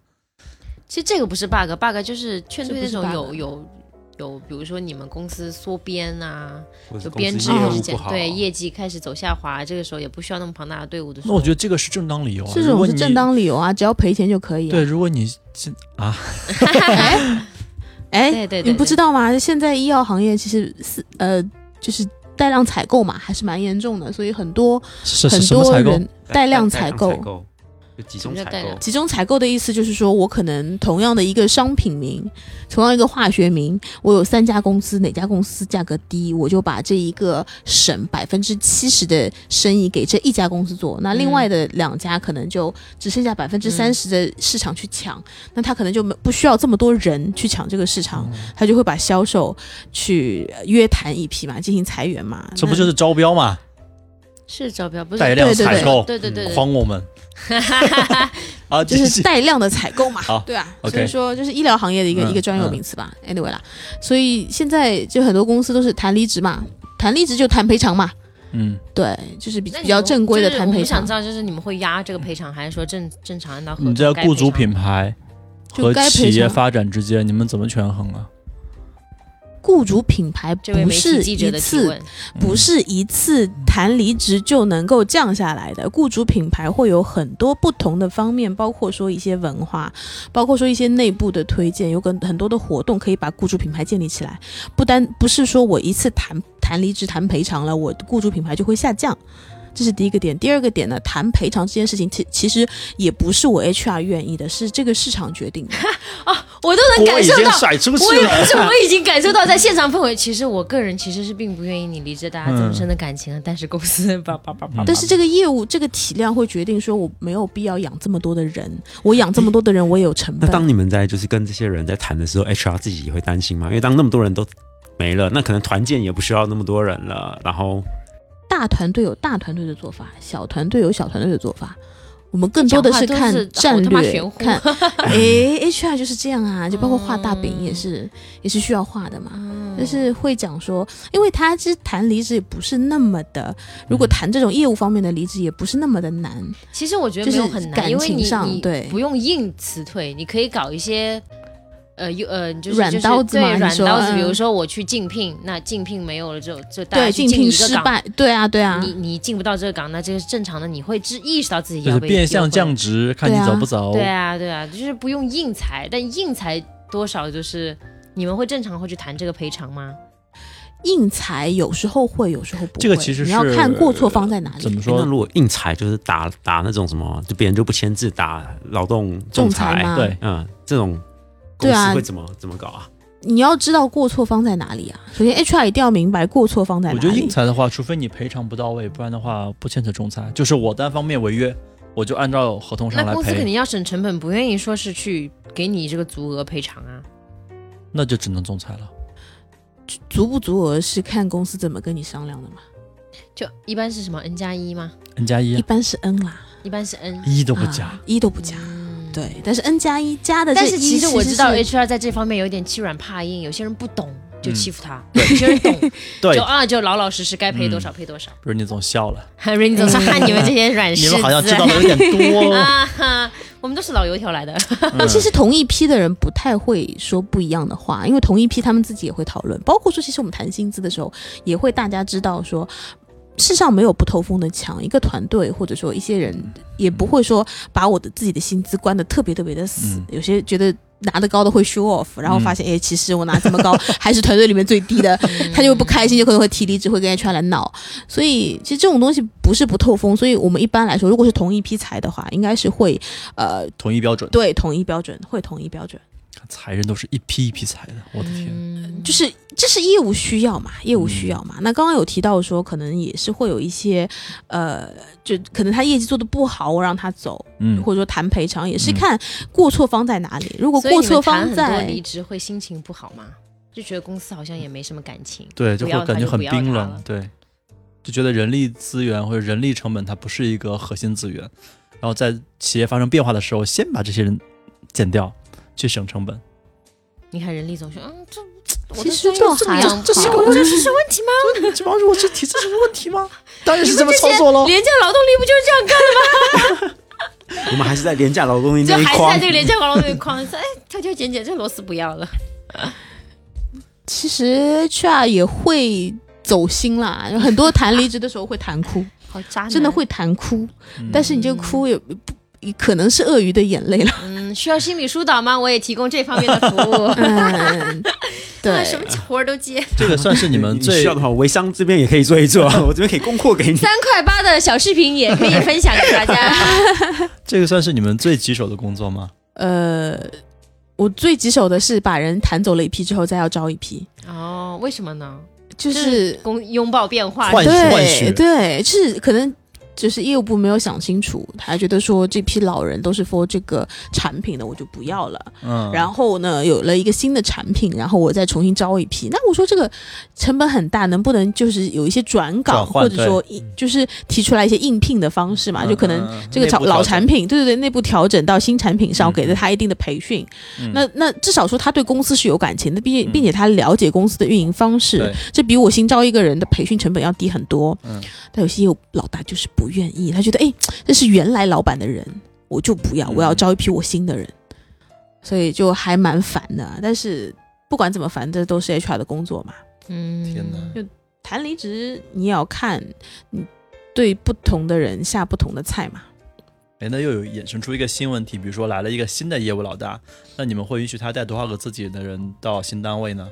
[SPEAKER 3] 其实这个不是 bug，bug 就是劝退那种
[SPEAKER 4] 这不是 bug
[SPEAKER 3] 有有有，比如说你们公司缩编啊，
[SPEAKER 2] 或者
[SPEAKER 3] 有
[SPEAKER 2] 公司
[SPEAKER 3] 编制
[SPEAKER 2] 业
[SPEAKER 4] 有
[SPEAKER 2] 务
[SPEAKER 3] 之
[SPEAKER 2] 不
[SPEAKER 3] 间
[SPEAKER 2] 好，
[SPEAKER 3] 对业绩开始走下滑，这个时候也不需要那么庞大的队伍的时
[SPEAKER 1] 那
[SPEAKER 3] 候，
[SPEAKER 1] 我觉得这个是正当理由啊。
[SPEAKER 4] 这
[SPEAKER 1] 如
[SPEAKER 4] 种
[SPEAKER 1] 果
[SPEAKER 4] 是
[SPEAKER 1] 你
[SPEAKER 4] 正当理由啊，只要赔钱就可以、啊。
[SPEAKER 1] 对，，如果你
[SPEAKER 4] 哎 哎，
[SPEAKER 3] 对对对
[SPEAKER 4] 你不知道吗？现在医药行业其实是呃，就是带量采购嘛，还是蛮严重的，所以很多
[SPEAKER 1] 是是
[SPEAKER 4] 很
[SPEAKER 1] 什么
[SPEAKER 4] 多
[SPEAKER 1] 采购？
[SPEAKER 4] 人带量采购。
[SPEAKER 2] 购，就集中
[SPEAKER 3] 什么叫
[SPEAKER 2] 采
[SPEAKER 3] 带
[SPEAKER 2] 购
[SPEAKER 3] 量，
[SPEAKER 4] 集中采购的意思就是说，我可能同样的一个商品名，同样一个化学名，我有三家公司，哪家公司价格低，我就把这一个省百分之七十的生意给这一家公司做，那另
[SPEAKER 1] 嗯
[SPEAKER 4] 外的两家可能就只剩下百分之三十的市场去抢，那他可能就没不需要这么多人去抢这个市场，
[SPEAKER 1] 嗯
[SPEAKER 4] 他就会把销售去呃约谈一批嘛，进行裁员嘛，
[SPEAKER 1] 这不
[SPEAKER 4] 那
[SPEAKER 1] 就是招标嘛？
[SPEAKER 3] 是招标，不是嗯
[SPEAKER 1] 带量
[SPEAKER 4] 对对
[SPEAKER 1] 采购，
[SPEAKER 3] 对对对对
[SPEAKER 1] 诓我 们啊！
[SPEAKER 4] 嗯就
[SPEAKER 1] 继
[SPEAKER 4] 是
[SPEAKER 1] 续
[SPEAKER 4] 带量的采购嘛
[SPEAKER 1] 好，
[SPEAKER 4] 对啊，
[SPEAKER 1] OK
[SPEAKER 4] 所以说就是医疗行业的一个、
[SPEAKER 1] 嗯
[SPEAKER 4] 一个专有名词吧、a n y w a y 啦，所以现在就很多公司都是谈离职嘛，谈离职就谈赔偿嘛，
[SPEAKER 1] 嗯，
[SPEAKER 4] 对，就是比
[SPEAKER 3] 那你们
[SPEAKER 4] 比较正规的
[SPEAKER 3] 就是
[SPEAKER 4] 谈
[SPEAKER 3] 我
[SPEAKER 4] 赔
[SPEAKER 3] 们想
[SPEAKER 4] 偿
[SPEAKER 3] 知，道，就是你们会压这个赔偿，还是说正正常按照合同
[SPEAKER 1] 你在
[SPEAKER 3] 该
[SPEAKER 1] 雇
[SPEAKER 3] 赔
[SPEAKER 1] 主
[SPEAKER 3] 偿
[SPEAKER 1] 品牌
[SPEAKER 4] 就
[SPEAKER 1] 和
[SPEAKER 4] 该赔
[SPEAKER 1] 企业
[SPEAKER 4] 偿。
[SPEAKER 1] 发展之间，你们怎么权衡啊？
[SPEAKER 4] 雇主品牌
[SPEAKER 3] 这位
[SPEAKER 4] 不
[SPEAKER 3] 媒体
[SPEAKER 4] 是
[SPEAKER 3] 记
[SPEAKER 4] 一
[SPEAKER 3] 者的提
[SPEAKER 4] 次
[SPEAKER 3] 问，
[SPEAKER 4] 不是一次谈离职就能够降下来的，雇主品牌会有很多不同的方面，包括说一些文化，包括说一些内部的推荐，有很很多的活动可以把雇主品牌建立起来。不单不是说我一次谈谈离职、谈赔偿了，我雇主品牌就会下降。这是第一个点，第二个点呢，谈赔偿这件事情，其其实也不是我 HR 愿意的，是这个市场决定的。
[SPEAKER 3] 我都能感受到。
[SPEAKER 1] 甩出
[SPEAKER 3] 我也不是，我已经感受到在现场氛围。其实我个人其实是并不愿意你离着大家这么深的感情的，啊但是公司叭叭叭叭叭，
[SPEAKER 4] 但是这个业务这个体量会决定说，我没有必要养这么多的人，我养这么多的人，我也有成
[SPEAKER 2] 那
[SPEAKER 4] 本。
[SPEAKER 2] 当你们在就是跟这些人在谈的时候，HR 自己也会担心吗？因为当那么多人都没了，那可能团建也不需要那么多人了。然后
[SPEAKER 4] 大团队有大团队的做法，小团队有小团队的做法。我们更多的
[SPEAKER 3] 讲话
[SPEAKER 4] 看
[SPEAKER 3] 都是啊
[SPEAKER 4] 战
[SPEAKER 3] 好他妈
[SPEAKER 4] 略
[SPEAKER 3] 玄，乎
[SPEAKER 4] 看诶 HR 就是这样啊，就包括画大饼也
[SPEAKER 3] 嗯
[SPEAKER 4] 是、也是需要画的嘛。
[SPEAKER 3] 哦
[SPEAKER 4] 但是会讲说，因为他其实谈离职也不是那么的，
[SPEAKER 3] 嗯
[SPEAKER 4] 如果谈这种业务方面的离职也不是那么的难，
[SPEAKER 3] 其实我觉得
[SPEAKER 4] 就
[SPEAKER 3] 没有
[SPEAKER 4] 是
[SPEAKER 3] 很难，
[SPEAKER 4] 感
[SPEAKER 3] 因为
[SPEAKER 4] 情
[SPEAKER 3] 你
[SPEAKER 4] 上
[SPEAKER 3] 你
[SPEAKER 4] 对
[SPEAKER 3] 不用硬辞退，你可以搞一些。呃，有呃，就是
[SPEAKER 4] 软刀子嘛
[SPEAKER 3] 就是、对
[SPEAKER 4] 你
[SPEAKER 3] 软
[SPEAKER 4] 说
[SPEAKER 3] 刀子。
[SPEAKER 4] 嗯
[SPEAKER 3] 比如说我去竞聘，那竞聘没有了之后，就大家
[SPEAKER 4] 对
[SPEAKER 3] 去
[SPEAKER 4] 竞聘
[SPEAKER 3] 一个
[SPEAKER 4] 失
[SPEAKER 3] 岗，
[SPEAKER 4] 败，对啊对啊，
[SPEAKER 3] 你你进不到这个岗，那这个是正常的，你会知意识到自己
[SPEAKER 1] 就
[SPEAKER 3] 要
[SPEAKER 1] 是
[SPEAKER 3] 被
[SPEAKER 1] 变相
[SPEAKER 3] 丢回
[SPEAKER 1] 降职，看你
[SPEAKER 4] 对啊
[SPEAKER 1] 走不走。
[SPEAKER 3] 对啊，对啊，就是不用硬裁，但硬裁多少就是你们会正常会去谈这个赔偿吗？
[SPEAKER 4] 硬裁有时候会，有时候不会。
[SPEAKER 1] 这个其实
[SPEAKER 4] 你要
[SPEAKER 1] 是
[SPEAKER 4] 看过错方在哪里。
[SPEAKER 1] 怎么
[SPEAKER 2] 那
[SPEAKER 1] 说？
[SPEAKER 2] 如果硬裁就是打打那种什么，就别人就不签字打劳动
[SPEAKER 4] 仲裁
[SPEAKER 2] 裁，
[SPEAKER 4] 吗？
[SPEAKER 1] 对，
[SPEAKER 2] 嗯，这种公
[SPEAKER 4] 对啊
[SPEAKER 2] 司会怎么、怎么搞啊？
[SPEAKER 4] 你要知道过错方在哪里啊。首先，HR 一定要明白过错方在
[SPEAKER 1] 我
[SPEAKER 4] 哪
[SPEAKER 1] 觉得硬
[SPEAKER 4] 里。
[SPEAKER 1] 裁的话，除非你赔偿不到位，不然的话不牵扯仲裁。就是我单方面违约，我就按照合同上
[SPEAKER 3] 那
[SPEAKER 1] 来
[SPEAKER 3] 公司肯
[SPEAKER 1] 赔，
[SPEAKER 3] 定要省成本，不愿意说是去给你这个足额赔偿啊。
[SPEAKER 1] 那就只能仲裁了。
[SPEAKER 4] 足不足额是看公司怎么跟你商量的嘛。
[SPEAKER 3] 就一般是什么 N 加一吗？
[SPEAKER 1] n 加一啊
[SPEAKER 5] 一般是 n 啦，
[SPEAKER 3] 一般是 N。
[SPEAKER 1] 一都不加，
[SPEAKER 5] 啊一都不加。
[SPEAKER 3] 嗯，
[SPEAKER 5] 对，但是 n 加一加的这，
[SPEAKER 3] 但是其实
[SPEAKER 5] 实
[SPEAKER 3] 我知道
[SPEAKER 5] 是
[SPEAKER 3] HR 在这方面有点欺软怕硬，有些人不懂就欺负他，
[SPEAKER 1] 嗯
[SPEAKER 3] 有些人懂
[SPEAKER 1] 对嗯
[SPEAKER 3] 就，啊就老老实实该赔多少赔多少。
[SPEAKER 1] 不是你总笑了，
[SPEAKER 3] Rainy 总
[SPEAKER 4] 嗯
[SPEAKER 3] 是看你们这些软柿
[SPEAKER 1] 你
[SPEAKER 3] 子，
[SPEAKER 1] 们好像知道的有点多，
[SPEAKER 3] 啊哈，我们都是老油条来的。
[SPEAKER 1] 嗯
[SPEAKER 4] 其实同一批的人不太会说不一样的话，因为同一批他们自己也会讨论，包括说，其实我们谈薪资的时候，也会大家知道说，世上没有不透风的墙，一个团队或者说一些人也不会说把我的自己的薪资关的特别特别的死，
[SPEAKER 1] 嗯
[SPEAKER 4] 有些觉得。拿得高的会 show off，然后
[SPEAKER 1] 嗯
[SPEAKER 4] 发现哎、诶其实我拿这么高，还是团队里面最低 的，他就会不开心，就可能会提离职，会跟 HR 来闹。所以其实这种东西不是不透风，所以我们一般来说，如果是同一批裁的话，应该是会呃
[SPEAKER 1] 统一标准，
[SPEAKER 4] 对统一标准，会统一标准。
[SPEAKER 1] 裁人都是一批一批裁的，我的天，
[SPEAKER 3] 嗯
[SPEAKER 4] 就是这是业务需要嘛，业务需要嘛。那刚刚有提到说，可能也是会有一些，呃，就可能他业绩做的不好，我让他走，
[SPEAKER 1] 嗯，
[SPEAKER 4] 或者说谈赔偿，也是
[SPEAKER 1] 嗯
[SPEAKER 4] 看过错方在哪里。如果
[SPEAKER 3] 所以
[SPEAKER 4] 过
[SPEAKER 3] 你
[SPEAKER 4] 错
[SPEAKER 3] 们谈
[SPEAKER 4] 方
[SPEAKER 3] 很多
[SPEAKER 4] 在
[SPEAKER 3] 离职会心情不好吗？就觉得公司好像也没什么感情。
[SPEAKER 1] 对，就
[SPEAKER 3] 不要
[SPEAKER 1] 会
[SPEAKER 3] 他
[SPEAKER 1] 感觉
[SPEAKER 3] 就
[SPEAKER 1] 很
[SPEAKER 3] 不要他
[SPEAKER 1] 冰
[SPEAKER 3] 了
[SPEAKER 1] 冷，对，就觉得人力资源或者人力成本它不是一个核心资源，然后在企业发生变化的时候，先把这些人减掉，去省成本。
[SPEAKER 3] 你看人力总说，嗯，这我
[SPEAKER 4] 其
[SPEAKER 3] 的
[SPEAKER 4] 实
[SPEAKER 3] 专业
[SPEAKER 4] 这
[SPEAKER 3] 这
[SPEAKER 4] 还
[SPEAKER 3] 样
[SPEAKER 4] 这是
[SPEAKER 3] 不好
[SPEAKER 4] 个
[SPEAKER 3] 这是问题吗？
[SPEAKER 1] 这帮我这体制是问题吗？当然
[SPEAKER 3] 你们这些廉价劳动力不就是这样干？
[SPEAKER 2] 我们还是在廉价劳动力
[SPEAKER 3] 就
[SPEAKER 2] 那一
[SPEAKER 3] 还是
[SPEAKER 2] 框
[SPEAKER 3] 在这。个廉价劳动力框，说哎，挑挑拣拣，这螺丝不要了。
[SPEAKER 4] 其实 HR 也会走心啦，有很多谈离职的时候会谈哭，
[SPEAKER 3] 好渣男，
[SPEAKER 4] 真的会谈哭，
[SPEAKER 1] 嗯
[SPEAKER 4] 但是你这个哭也不。也可能是鳄鱼的眼泪了，，
[SPEAKER 3] 嗯，需要心理疏导吗？我也提供这方面的服 务
[SPEAKER 4] 嗯， 对
[SPEAKER 3] 啊，什么活儿都接。
[SPEAKER 1] 这个算是 你们
[SPEAKER 2] 你需
[SPEAKER 1] 最
[SPEAKER 2] 要的话，微商这边也可以做一做，我这边可以供货给你。
[SPEAKER 3] 三块八的小视频也可以分享给大家。
[SPEAKER 1] 这个算是你们最棘手的工作吗？
[SPEAKER 4] 呃，我最棘手的是把人弹走了一批之后，再要招一批，
[SPEAKER 3] 哦，为什么呢？
[SPEAKER 4] 就
[SPEAKER 3] 就是公拥抱变化，
[SPEAKER 1] 换
[SPEAKER 4] 对
[SPEAKER 1] 换血
[SPEAKER 4] 对，是可能就是业务部没有想清楚，他觉得说这批老人都是 for 这个产品的，我就不要了。
[SPEAKER 1] 嗯，
[SPEAKER 4] 然后呢，有了一个新的产品，然后我再重新招一批。那我说这个成本很大，能不能就是有一些转
[SPEAKER 1] 转
[SPEAKER 4] 岗，
[SPEAKER 1] 换
[SPEAKER 4] 或者说一就是提出来一些应聘的方式嘛？
[SPEAKER 1] 嗯
[SPEAKER 4] 就可能
[SPEAKER 1] 嗯嗯
[SPEAKER 4] 这个
[SPEAKER 1] 内
[SPEAKER 4] 老
[SPEAKER 1] 部
[SPEAKER 4] 老
[SPEAKER 1] 调
[SPEAKER 4] 产
[SPEAKER 1] 整
[SPEAKER 4] 品，对对对，内部调整到新产品
[SPEAKER 1] 嗯
[SPEAKER 4] 上，给了他一定的培训。
[SPEAKER 1] 嗯
[SPEAKER 4] 那那至少说他对公司是有感情的，并且
[SPEAKER 1] 嗯
[SPEAKER 4] 并且他了解公司的运营方式
[SPEAKER 1] 对，
[SPEAKER 4] 这比我新招一个人的培训成本要低很多。
[SPEAKER 1] 嗯
[SPEAKER 4] 但有些业务老大就是不愿意，他觉得哎，这是原来老板的人，我就不要，
[SPEAKER 1] 嗯
[SPEAKER 4] 我要招一批我新的人，所以就还蛮烦的。但是不管怎么烦，这都是 HR 的工作嘛。
[SPEAKER 3] 嗯，
[SPEAKER 1] 天哪
[SPEAKER 4] 谈离职你也要看你对不同的人下不同的菜嘛。
[SPEAKER 1] 哎，那又有衍生出一个新问题，比如说来了一个新的业务老大，那你们会允许他带多少个自己的人到新单位呢？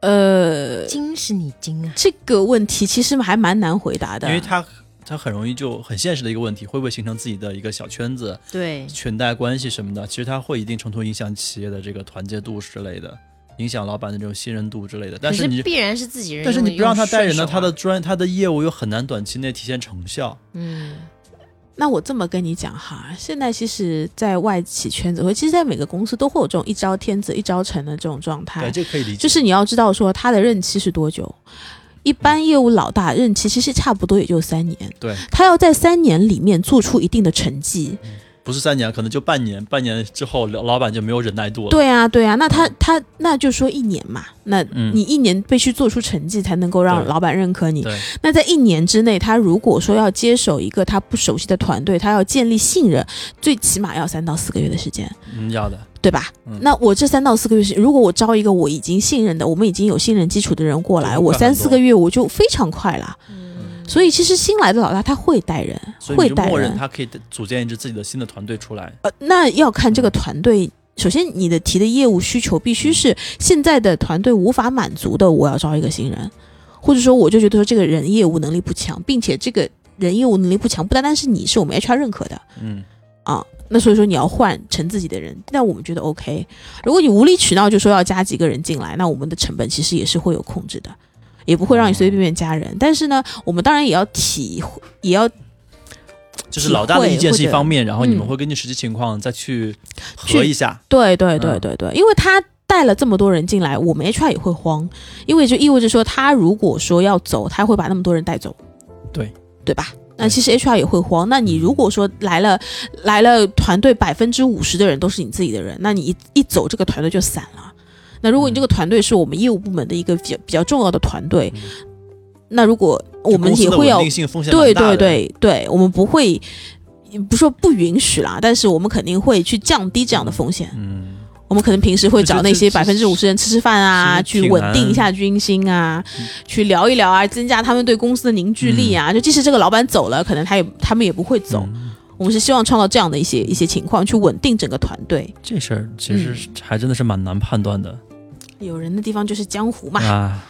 [SPEAKER 4] 呃，
[SPEAKER 3] 精是你精啊！
[SPEAKER 4] 这个问题其实还蛮难回答的，
[SPEAKER 1] 因为他他很容易就很现实的一个问题，会不会形成自己的一个小圈子、
[SPEAKER 3] 对，
[SPEAKER 1] 裙带关系什么的？其实它会一定程度影响企业的这个团结度之类的，影响老板的这种信任度之类的。但
[SPEAKER 3] 可
[SPEAKER 1] 是你
[SPEAKER 3] 必然是自己人，
[SPEAKER 1] 但是你不让他带人呢，
[SPEAKER 3] 呢，
[SPEAKER 1] 他的专他的业务又很难短期内体现成效。
[SPEAKER 3] 嗯，
[SPEAKER 4] 那我这么跟你讲哈，现在其实，在外企圈子，或者其实，在每个公司都会有这种一招天子一招臣的这种状态
[SPEAKER 1] 对，，这个可以理解。
[SPEAKER 4] 就是你要知道说他的任期是多久。一般业务老大任期其实差不多也就三年，
[SPEAKER 1] 对，
[SPEAKER 4] 他要在三年里面做出一定的成绩。
[SPEAKER 1] 不是三年，可能就半年，半年之后老老板就没有忍耐度了。
[SPEAKER 4] 对啊，对啊，那他他那就说一年嘛，那
[SPEAKER 1] 嗯
[SPEAKER 4] 你一年必须做出成绩才能够让
[SPEAKER 1] 对
[SPEAKER 4] 老板认可你。
[SPEAKER 1] 对
[SPEAKER 4] 那在一年之内，他如果说要接手一个他不熟悉的团队，他要建立信任，最起码要三到四个月的时间。
[SPEAKER 1] 嗯，要的，
[SPEAKER 4] 对吧？
[SPEAKER 1] 嗯
[SPEAKER 4] 那我这三到四个月是，如果我招一个我已经信任的，我们已经有信任基础的人过
[SPEAKER 1] 就
[SPEAKER 4] 来，
[SPEAKER 1] 会快
[SPEAKER 4] 我三
[SPEAKER 1] 很多
[SPEAKER 4] 四个月我就非常快了。
[SPEAKER 1] 嗯
[SPEAKER 4] 所以其实新来的老大他会带人，
[SPEAKER 1] 所以
[SPEAKER 4] 会
[SPEAKER 1] 你就
[SPEAKER 4] 带
[SPEAKER 1] 默认
[SPEAKER 4] 人。
[SPEAKER 1] 他可以组建一支自己的新的团队出来。
[SPEAKER 4] 呃，那要看这个团队。首先，你的提的业务需求必须是现在的团队无法满足的，我要招一个新人，或者说我就觉得说这个人业务能力不强，并且这个人业务能力不强，不单单是你是我们 HR 认可的，
[SPEAKER 1] 嗯，
[SPEAKER 4] 啊。那所以说你要换成自己的人，那我们觉得 OK。如果你无理取闹就说要加几个人进来，那我们的成本其实也是会有控制的，也不会让你随随便便加人。但是呢，我们当然也要体会，也要
[SPEAKER 1] 就是老大的意见是一方面，然后你们
[SPEAKER 4] 嗯
[SPEAKER 1] 会根据实际情况再去合一下。
[SPEAKER 4] 对对对
[SPEAKER 1] 嗯
[SPEAKER 4] 对对，因为他带了这么多人进来，我们 HR 也会慌，因为就意味着说他如果说要走，他会把那么多人带走。
[SPEAKER 1] 对
[SPEAKER 4] 对吧？那其实 HR 也会慌。那你如果说来了来了团队百分之五十的人都是你自己的人，那你一一走这个团队就散了。那如果你
[SPEAKER 1] 嗯
[SPEAKER 4] 这个团队是我们业务部门的一个比较比较重要的团队，那如果我们也会要
[SPEAKER 1] 定性风险蛮
[SPEAKER 4] 对
[SPEAKER 1] 大的
[SPEAKER 4] 对，对对，我们不会不说不允许啦，但是我们肯定会去降低这样的风险。
[SPEAKER 1] 嗯，
[SPEAKER 4] 我们可能平时会找那些
[SPEAKER 1] 这
[SPEAKER 4] 百
[SPEAKER 1] 这
[SPEAKER 4] 分之五十人吃吃饭啊，
[SPEAKER 1] 其实
[SPEAKER 4] 去
[SPEAKER 1] 挺
[SPEAKER 4] 稳
[SPEAKER 1] 难嗯
[SPEAKER 4] 定一下军心啊，去聊一聊啊，增加他们对公司的凝聚力啊。就即使这个老板走了，可能他也他们也不会走。
[SPEAKER 1] 嗯
[SPEAKER 4] 我们是希望创造这样的一些一些情况，去稳定整个团队。
[SPEAKER 1] 这事儿
[SPEAKER 4] 嗯
[SPEAKER 1] 其实是还真的是蛮难判断的
[SPEAKER 4] 有人的地方就是江湖嘛。
[SPEAKER 1] 啊。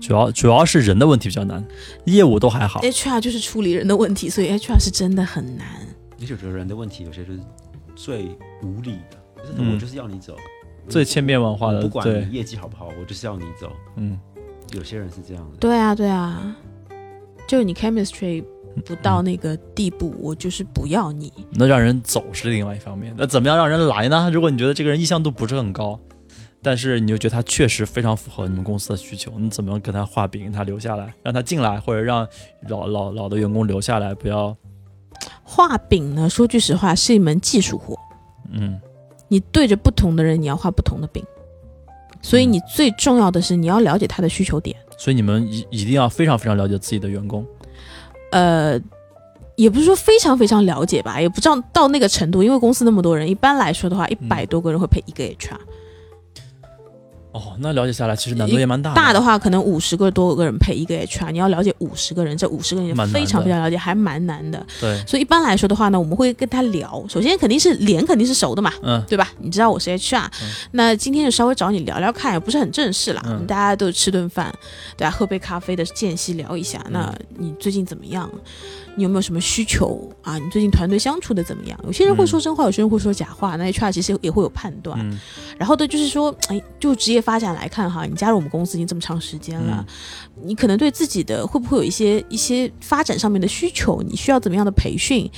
[SPEAKER 1] 主要主要是人的问题比较难，业务都还好。
[SPEAKER 4] HR 就是处理人的问题，所以 HR 是真的很难。
[SPEAKER 2] 也许我觉得人的问题有些就是最无理的，就是
[SPEAKER 1] 嗯
[SPEAKER 2] 我就是要你走，
[SPEAKER 1] 最千变万化
[SPEAKER 2] 我
[SPEAKER 1] 的，
[SPEAKER 2] 不管
[SPEAKER 1] 对
[SPEAKER 2] 你，业绩好不好，我就是要你走。
[SPEAKER 1] 嗯，
[SPEAKER 2] 有些人是这样的，
[SPEAKER 4] 对啊，对啊，就是你 chemistry
[SPEAKER 1] 嗯
[SPEAKER 4] 不到那个地步，我就是不要你。
[SPEAKER 1] 那让人走是另外一方面。那怎么样让人来呢？如果你觉得这个人意向度不是很高，但是你又觉得他确实非常符合你们公司的需求，你怎么样跟他画饼，他留下来，让他进来，或者让老老老的员工留下来，不要
[SPEAKER 4] 画饼呢，说句实话，是一门技术活。
[SPEAKER 1] 嗯
[SPEAKER 4] 你对着不同的人，你要画不同的饼。所
[SPEAKER 1] 嗯
[SPEAKER 4] 以你最重要的是，你要了解他的需求点。
[SPEAKER 1] 所以你们一一定要非常非常了解自己的员工，
[SPEAKER 4] 呃，也不是说非常非常了解吧，也不知道到那个程度，因为公司那么多人，一般来
[SPEAKER 1] 嗯
[SPEAKER 4] 说的话，一百多个人会配一个 HR，、
[SPEAKER 1] 啊哦，那了解下来其实难度也蛮大的。
[SPEAKER 4] 大的话可能五十个多个人配一个 HR，你要了解五十个人，这五十个人
[SPEAKER 1] 蛮难的
[SPEAKER 4] 非常非常了解，还蛮难的。
[SPEAKER 1] 对，
[SPEAKER 4] 所以一般来说的话呢，我们会跟他聊，首先肯定是脸肯定是熟的嘛，
[SPEAKER 1] 嗯，
[SPEAKER 4] 对吧？你知道我是 HR，、那今天就稍微找你聊聊看，也不是很正式啦，
[SPEAKER 1] 嗯
[SPEAKER 4] 我们大家都吃顿饭，对吧、喝杯咖啡的间隙聊一下，那
[SPEAKER 1] 嗯
[SPEAKER 4] 你最近怎么样？你有没有什么需求啊？你最近团队相处的怎么样？有些人会说真话，有些人会说假话，那 HR 其实也会有判断。
[SPEAKER 1] 嗯
[SPEAKER 4] 然后呢，就是说，哎，就职业发展来看哈，你加入我们公司已经这么长时间了，
[SPEAKER 1] 嗯
[SPEAKER 4] 你可能对自己的会不会有一些一些发展上面的需求？你需要怎么样的培训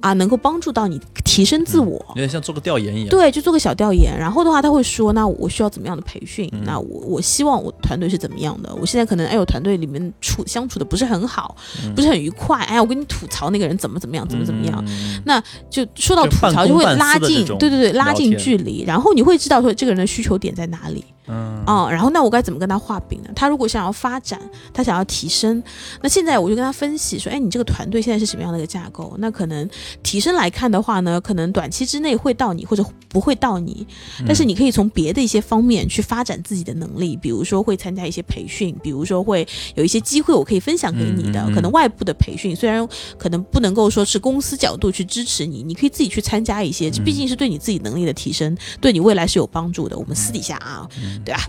[SPEAKER 4] 啊，能够帮助到你提升自我？
[SPEAKER 1] 有点像做个调研一样。
[SPEAKER 4] 对，就做个小调研，然后的话他会说，那我需要怎么样的培训？
[SPEAKER 1] 嗯
[SPEAKER 4] 那我我希望我团队是怎么样的？我现在可能哎，我团队里面处相处的不是很好，不是很愉快，哎，我跟你吐槽那个人怎么怎么样，怎么怎么样，
[SPEAKER 1] 嗯
[SPEAKER 4] 就说到
[SPEAKER 1] 就
[SPEAKER 4] 吐
[SPEAKER 1] 半
[SPEAKER 4] 槽
[SPEAKER 1] 公
[SPEAKER 4] 就会
[SPEAKER 1] 半私
[SPEAKER 4] 拉
[SPEAKER 1] 的
[SPEAKER 4] 近
[SPEAKER 1] 这，种
[SPEAKER 4] 对对对，拉
[SPEAKER 1] 聊
[SPEAKER 4] 近
[SPEAKER 1] 天
[SPEAKER 4] 距离，然后你会知道说这个人的需求点在哪里。
[SPEAKER 1] 嗯
[SPEAKER 4] 啊、然后那我该怎么跟他画饼呢？他如果想要发展，他想要提升，那现在我就跟他分析说，哎，你这个团队现在是什么样的一个架构？那可能提升来看的话呢，可能短期之内会到你或者不会到你，
[SPEAKER 1] 嗯
[SPEAKER 4] 但是你可以从别的一些方面去发展自己的能力，比如说会参加一些培训，比如说会有一些机会我可以分享给你的，
[SPEAKER 1] 嗯嗯嗯
[SPEAKER 4] 可能外部的培训虽然呃可能不能够说是公司角度去支持你，你可以自己去参加一些，
[SPEAKER 1] 嗯
[SPEAKER 4] 这毕竟是对你自己能力的提升，对你未来是有帮助的。我们私底下啊，
[SPEAKER 1] 嗯
[SPEAKER 4] 对吧、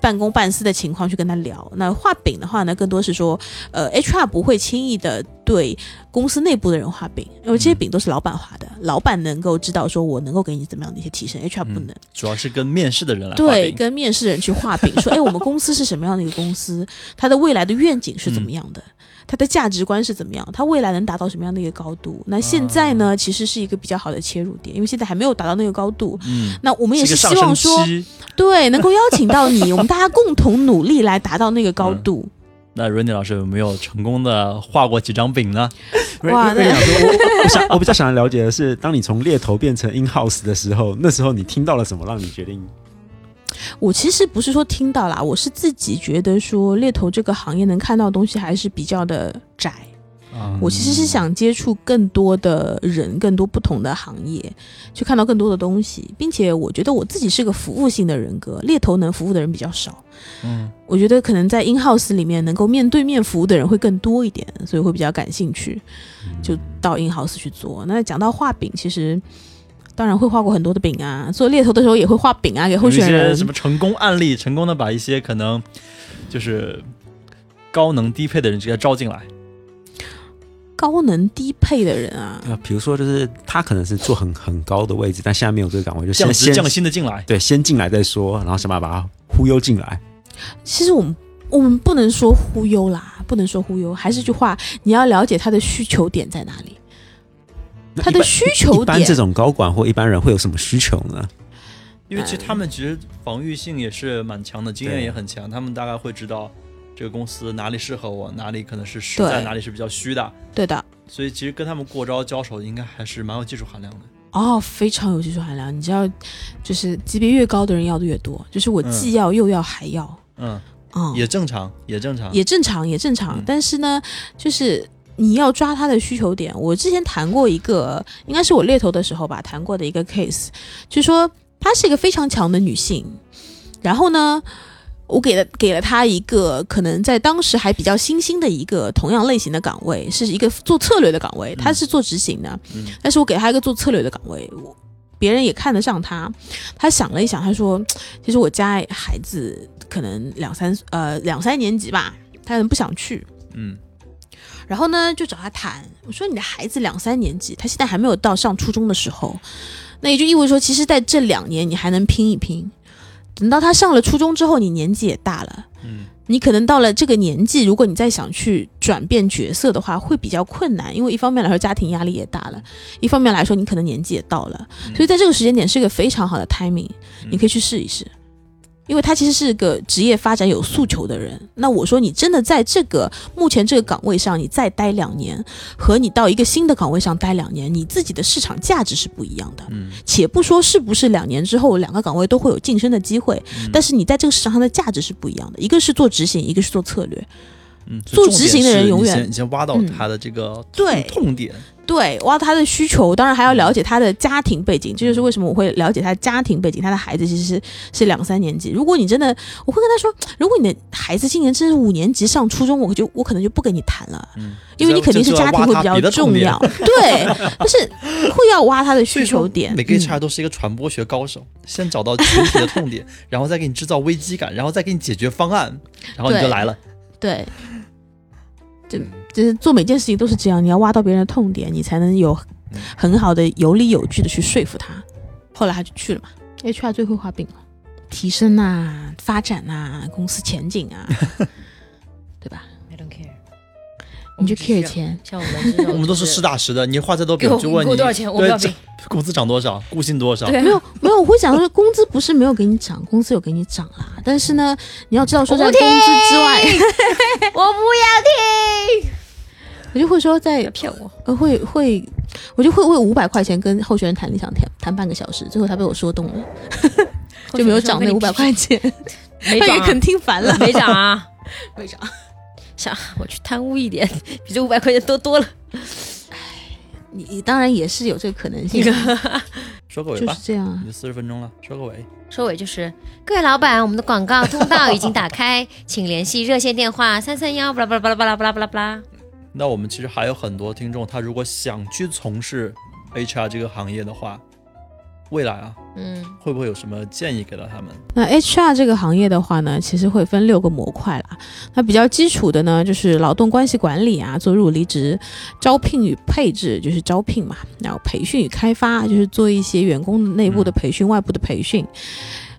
[SPEAKER 4] 半公半私的情况去跟他聊。那画饼的话呢，更多是说，呃，HR 不会轻易的对公司内部的人画饼，
[SPEAKER 1] 嗯
[SPEAKER 4] 因为这些饼都是老板画的，老板能够知道说我能够给你怎么样的一些提升，HR 不能。
[SPEAKER 1] 主要是跟面试的人来嗯画
[SPEAKER 4] 对，
[SPEAKER 1] 饼。
[SPEAKER 4] 跟面试人去画饼，说，哎，我们公司是什么样的一个公司？ 它的未来的愿景是怎么样的？
[SPEAKER 1] 嗯
[SPEAKER 4] 它的价值观是怎么样？它未来能达到什么样的一个高度？那
[SPEAKER 1] 嗯
[SPEAKER 4] 现在呢，其实是一个比较好的切入点，因为现在还没有达到那个高度。
[SPEAKER 1] 嗯，
[SPEAKER 4] 那我们也
[SPEAKER 1] 是个
[SPEAKER 4] 是希
[SPEAKER 1] 上
[SPEAKER 4] 望
[SPEAKER 1] 升
[SPEAKER 4] 说，
[SPEAKER 1] 期。
[SPEAKER 4] 对，能够邀请到你，我们大家共同努力来达到那个高
[SPEAKER 1] 嗯
[SPEAKER 4] 度。
[SPEAKER 1] 那 Rainy 老师有没有成功的画过几张饼呢？
[SPEAKER 2] 瑞
[SPEAKER 4] 哇
[SPEAKER 2] 瑞想说，我我想我比较想了解的是，当你从猎头变成 in house 的时候，那时候你听到了什么，让你决定
[SPEAKER 4] 我其实不是说听到啦，我是自己觉得说猎头这个行业能看到的东西还是比较的窄。
[SPEAKER 1] 啊
[SPEAKER 4] 我其实是想接触更多的人，更多不同的行业，去看到更多的东西，并且我觉得我自己是个服务性的人格，猎头能服务的人比较少。
[SPEAKER 1] 嗯，
[SPEAKER 4] 我觉得可能在 in house 里面能够面对面服务的人会更多一点，所以会比较感兴趣，
[SPEAKER 1] 嗯
[SPEAKER 4] 就到 in house 去做。那讲到画饼，其实当然会画过很多的饼啊，做猎头的时候也会画饼啊，给候
[SPEAKER 1] 有一
[SPEAKER 4] 选
[SPEAKER 1] 些
[SPEAKER 4] 人
[SPEAKER 1] 什么成功案例，成功的把一些可能就是高能低配的人直接招进来。
[SPEAKER 4] 高能低配的人啊，
[SPEAKER 2] 啊？比如说，就是他可能是做很很高的位置，但现在没有这个岗位，就
[SPEAKER 1] 降
[SPEAKER 2] 先
[SPEAKER 1] 职
[SPEAKER 2] 先
[SPEAKER 1] 降薪的进来，
[SPEAKER 2] 对先进来再说，然后想办法把他忽悠进来。
[SPEAKER 4] 其实我们我们不能说忽悠啦，不能说忽悠，还是句话，你要了解他的需求点在哪里，
[SPEAKER 2] 那
[SPEAKER 4] 他
[SPEAKER 2] 一
[SPEAKER 4] 的
[SPEAKER 2] 般
[SPEAKER 4] 需求
[SPEAKER 2] 一般这
[SPEAKER 4] 点。
[SPEAKER 2] 种高管或一般人会有什么需求呢？
[SPEAKER 1] 因为其实他们其实防御性也是蛮强的，经验也很强，他们大概会知道这这个公司哪里适合我，哪里可能是实在，
[SPEAKER 4] 对
[SPEAKER 1] 哪里是比较虚的。
[SPEAKER 4] 对的，
[SPEAKER 1] 所以其实跟他们过招交手，应该还是蛮有技术含量的。
[SPEAKER 4] 哦，非常有技术含量。你知道，就是级别越高的人要的越多，就是我
[SPEAKER 1] 嗯
[SPEAKER 4] 既要又要还要
[SPEAKER 1] 嗯，
[SPEAKER 4] 啊、嗯
[SPEAKER 1] 也正常，也正常。
[SPEAKER 4] 也正常，也正常。
[SPEAKER 1] 嗯
[SPEAKER 4] 但是呢，就是你要抓他的需求点。我之前谈过一个，应该是我猎头的时候吧，谈过的一个 case，就是说她是一个非常强的女性，然后呢。我给了给了她一个可能在当时还比较新兴的一个同样类型的岗位，是一个做策略的岗位，她是做执行的，
[SPEAKER 1] 嗯
[SPEAKER 4] 但是我给她一个做策略的岗位，我别人也看得上她，她想了一想，她说，其实我家孩子可能两三呃两三年级吧，他可能不想去。
[SPEAKER 1] 嗯
[SPEAKER 4] 然后呢，就找他谈，我说你的孩子两三年级，他现在还没有到上初中的时候，那也就意味着说，其实在这两年你还能拼一拼。等到他上了初中之后，你年纪也大了，
[SPEAKER 1] 嗯
[SPEAKER 4] 你可能到了这个年纪，如果你再想去转变角色的话，会比较困难，因为一方面来说家庭压力也大了，一方面来说你可能年纪也到了，所以在这个时间点是一个非常好的 timing，你可以去试一试。因为他其实是个职业发展有诉求的人，那我说你真的在这个目前这个岗位上，你再待两年，和你到一个新的岗位上待两年，你自己的市场价值是不一样的。
[SPEAKER 1] 嗯，
[SPEAKER 4] 且不说是不是两年之后两个岗位都会有晋升的机会，但是你在这个市场上的价值是不一样的，一个是做执行，一个是做策略。
[SPEAKER 1] 嗯
[SPEAKER 4] 做执行的人永远
[SPEAKER 1] 所以重点是你先你先挖到
[SPEAKER 4] 嗯
[SPEAKER 1] 他的这个
[SPEAKER 4] 对
[SPEAKER 1] 痛点，
[SPEAKER 4] 对，挖到他的需求，当然还要了解他的家庭背景，这
[SPEAKER 1] 嗯
[SPEAKER 4] 就是为什么我会了解他的家庭背景。他的孩子其实是是两三年级。如果你真的，我会跟他说，如果你的孩子今年真是五年级上初中，我就我可能就不跟你谈了，
[SPEAKER 1] 嗯，
[SPEAKER 4] 因为你肯定是
[SPEAKER 1] 这就
[SPEAKER 4] 家
[SPEAKER 1] 要
[SPEAKER 4] 庭
[SPEAKER 1] 挖
[SPEAKER 4] 会
[SPEAKER 1] 他
[SPEAKER 4] 比较
[SPEAKER 1] 别的痛
[SPEAKER 4] 重
[SPEAKER 1] 点
[SPEAKER 4] 要。。对，但是会要挖他的需求 点。
[SPEAKER 1] 每个
[SPEAKER 4] 嗯
[SPEAKER 1] HR 都是一个传播学高手，先找到群体的痛点， 然后再给你制造危机感，然后再给你解决方案，然后你就
[SPEAKER 4] 对
[SPEAKER 1] 来了。
[SPEAKER 4] 对，就就是做每件事情都是这样，你要挖到别人的痛点，你才能有
[SPEAKER 1] 嗯
[SPEAKER 4] 很好的有理有据的去说服他。后来他就去了嘛，HR 最会画饼了，提升啊，发展啊，公司前景 啊，对吧？
[SPEAKER 3] I don't care，嗯我
[SPEAKER 4] 你就
[SPEAKER 3] 们只需
[SPEAKER 4] care
[SPEAKER 3] 要
[SPEAKER 4] 钱，
[SPEAKER 3] 像我们
[SPEAKER 4] 嗯
[SPEAKER 3] 这 种，
[SPEAKER 1] 我们都是实打实的，你画再多
[SPEAKER 3] 给
[SPEAKER 1] 饼
[SPEAKER 3] 我
[SPEAKER 1] 就问
[SPEAKER 3] 给
[SPEAKER 1] 你
[SPEAKER 3] 我多少钱，我不
[SPEAKER 1] 对
[SPEAKER 3] 要饼。
[SPEAKER 1] 这 工资涨多少，固薪多少。
[SPEAKER 3] 对啊
[SPEAKER 4] 没有没有，我会讲说工资不是没有给你涨，工资有给你涨啦，但是呢，你要知道说在
[SPEAKER 3] 我
[SPEAKER 4] 工
[SPEAKER 3] 不
[SPEAKER 4] 资之外，
[SPEAKER 3] 我不要听，
[SPEAKER 4] 我就会说在
[SPEAKER 3] 不要哎骗我。
[SPEAKER 4] 呃，会会，我就会为五百块钱跟候选人谈理想谈谈半个小时，最后他被我说动了，就没有涨那五百块钱，
[SPEAKER 3] 没
[SPEAKER 4] 他
[SPEAKER 3] 涨
[SPEAKER 4] 也
[SPEAKER 3] 啊，
[SPEAKER 4] 肯听烦 了，
[SPEAKER 3] 没涨啊！
[SPEAKER 4] 没涨。
[SPEAKER 3] 想我去贪污一点， 比这五百块钱多多了。
[SPEAKER 4] 你你当然也是有这个可能性的，嗯
[SPEAKER 1] 收个尾
[SPEAKER 4] 就
[SPEAKER 1] 吧
[SPEAKER 4] 是，这样啊
[SPEAKER 1] 你。就四十分钟了，收个尾。
[SPEAKER 3] 收尾就是，各位老板，我们的广告通道已经打 开，请联系热线电话三三幺，巴拉巴拉巴拉巴拉巴拉巴拉巴拉。
[SPEAKER 1] 那我们其实还有很多听众，他如果想去从事 HR 这个行业的话，未来啊，
[SPEAKER 3] 嗯，
[SPEAKER 1] 会不会有什么建议给到他们？
[SPEAKER 4] 那 HR 这个行业的话呢，其实会分六个模块啦。那比较基础的呢，就是劳动关系管理啊，做入离职；招聘与配置就是招聘嘛，然后培训与开发就是做一些员工内部的培训、外部的培训。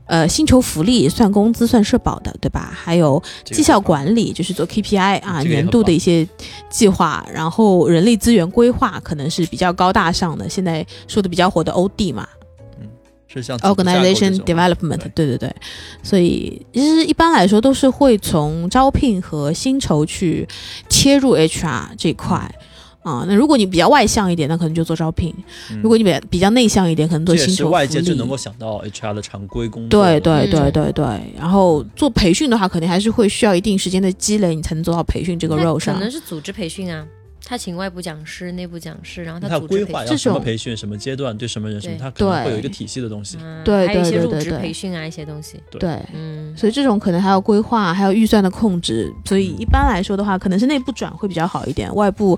[SPEAKER 4] 呃，薪酬福利算工资、算社保的，对吧？还有
[SPEAKER 1] 这个嗯
[SPEAKER 4] 绩效管理就是做 KPI 啊，
[SPEAKER 1] 这个也很
[SPEAKER 4] 年度的一些计划，然后人力资源规划可能是比较高大上的，现在说的比较火的 OD 嘛，
[SPEAKER 1] 是像组织嗯架构这种
[SPEAKER 4] organization development，
[SPEAKER 1] 对
[SPEAKER 4] 对对对，所以其实一般来说都是会从招聘和薪酬去切入 HR 这一块啊、那如果你比较外向一点，那可能就做招聘；
[SPEAKER 1] 嗯
[SPEAKER 4] 如果你比比较内向一点，可能
[SPEAKER 1] 这
[SPEAKER 4] 做
[SPEAKER 1] 也
[SPEAKER 4] 薪
[SPEAKER 1] 是
[SPEAKER 4] 酬
[SPEAKER 1] 外界
[SPEAKER 4] 福
[SPEAKER 1] 最
[SPEAKER 4] 利
[SPEAKER 1] 能够想到 HR 的常规工作
[SPEAKER 4] 对
[SPEAKER 1] 的。
[SPEAKER 4] 对对
[SPEAKER 3] 嗯
[SPEAKER 4] 对对，然后做培训的话，肯定还是会需要一定时间的积累，你才能做到培训这个 role
[SPEAKER 3] 可
[SPEAKER 4] 上。
[SPEAKER 3] 能是组织培训啊，他请外部讲师、内部讲师，然后
[SPEAKER 1] 那
[SPEAKER 3] 他
[SPEAKER 1] 他
[SPEAKER 3] 组织
[SPEAKER 1] 规
[SPEAKER 3] 培
[SPEAKER 1] 划
[SPEAKER 3] 训。啊
[SPEAKER 1] 要什么
[SPEAKER 4] 这种
[SPEAKER 1] 培训，什么阶段对什么人，什么
[SPEAKER 3] 对
[SPEAKER 1] 他可能
[SPEAKER 4] 对
[SPEAKER 1] 会有一个体系的东西。
[SPEAKER 3] 嗯
[SPEAKER 4] 对
[SPEAKER 3] 还有一些
[SPEAKER 4] 对
[SPEAKER 3] 入
[SPEAKER 4] 对
[SPEAKER 3] 职
[SPEAKER 4] 对
[SPEAKER 3] 培训啊，一些东西。
[SPEAKER 4] 对，
[SPEAKER 3] 嗯，
[SPEAKER 4] 所以这种可能还有规划，还有预算的控制，所以一般来说的话，可能是内部转会比较好一点，外部，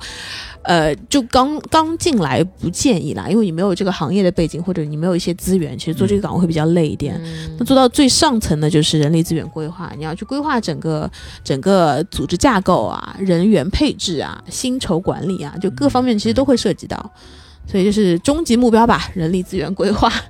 [SPEAKER 4] 呃，就刚刚进来不建议啦，因为你没有这个行业的背景，或者你没有一些资源，其实
[SPEAKER 1] 嗯
[SPEAKER 4] 做这个岗位会比较累一点。
[SPEAKER 3] 嗯
[SPEAKER 4] 那做到最上层的就是人力资源规划，你要去规划整个整个组织架构啊、人员配置啊、薪酬管理啊，就各方面其实都会涉及到。所以就是终极目标吧，人力资源规划。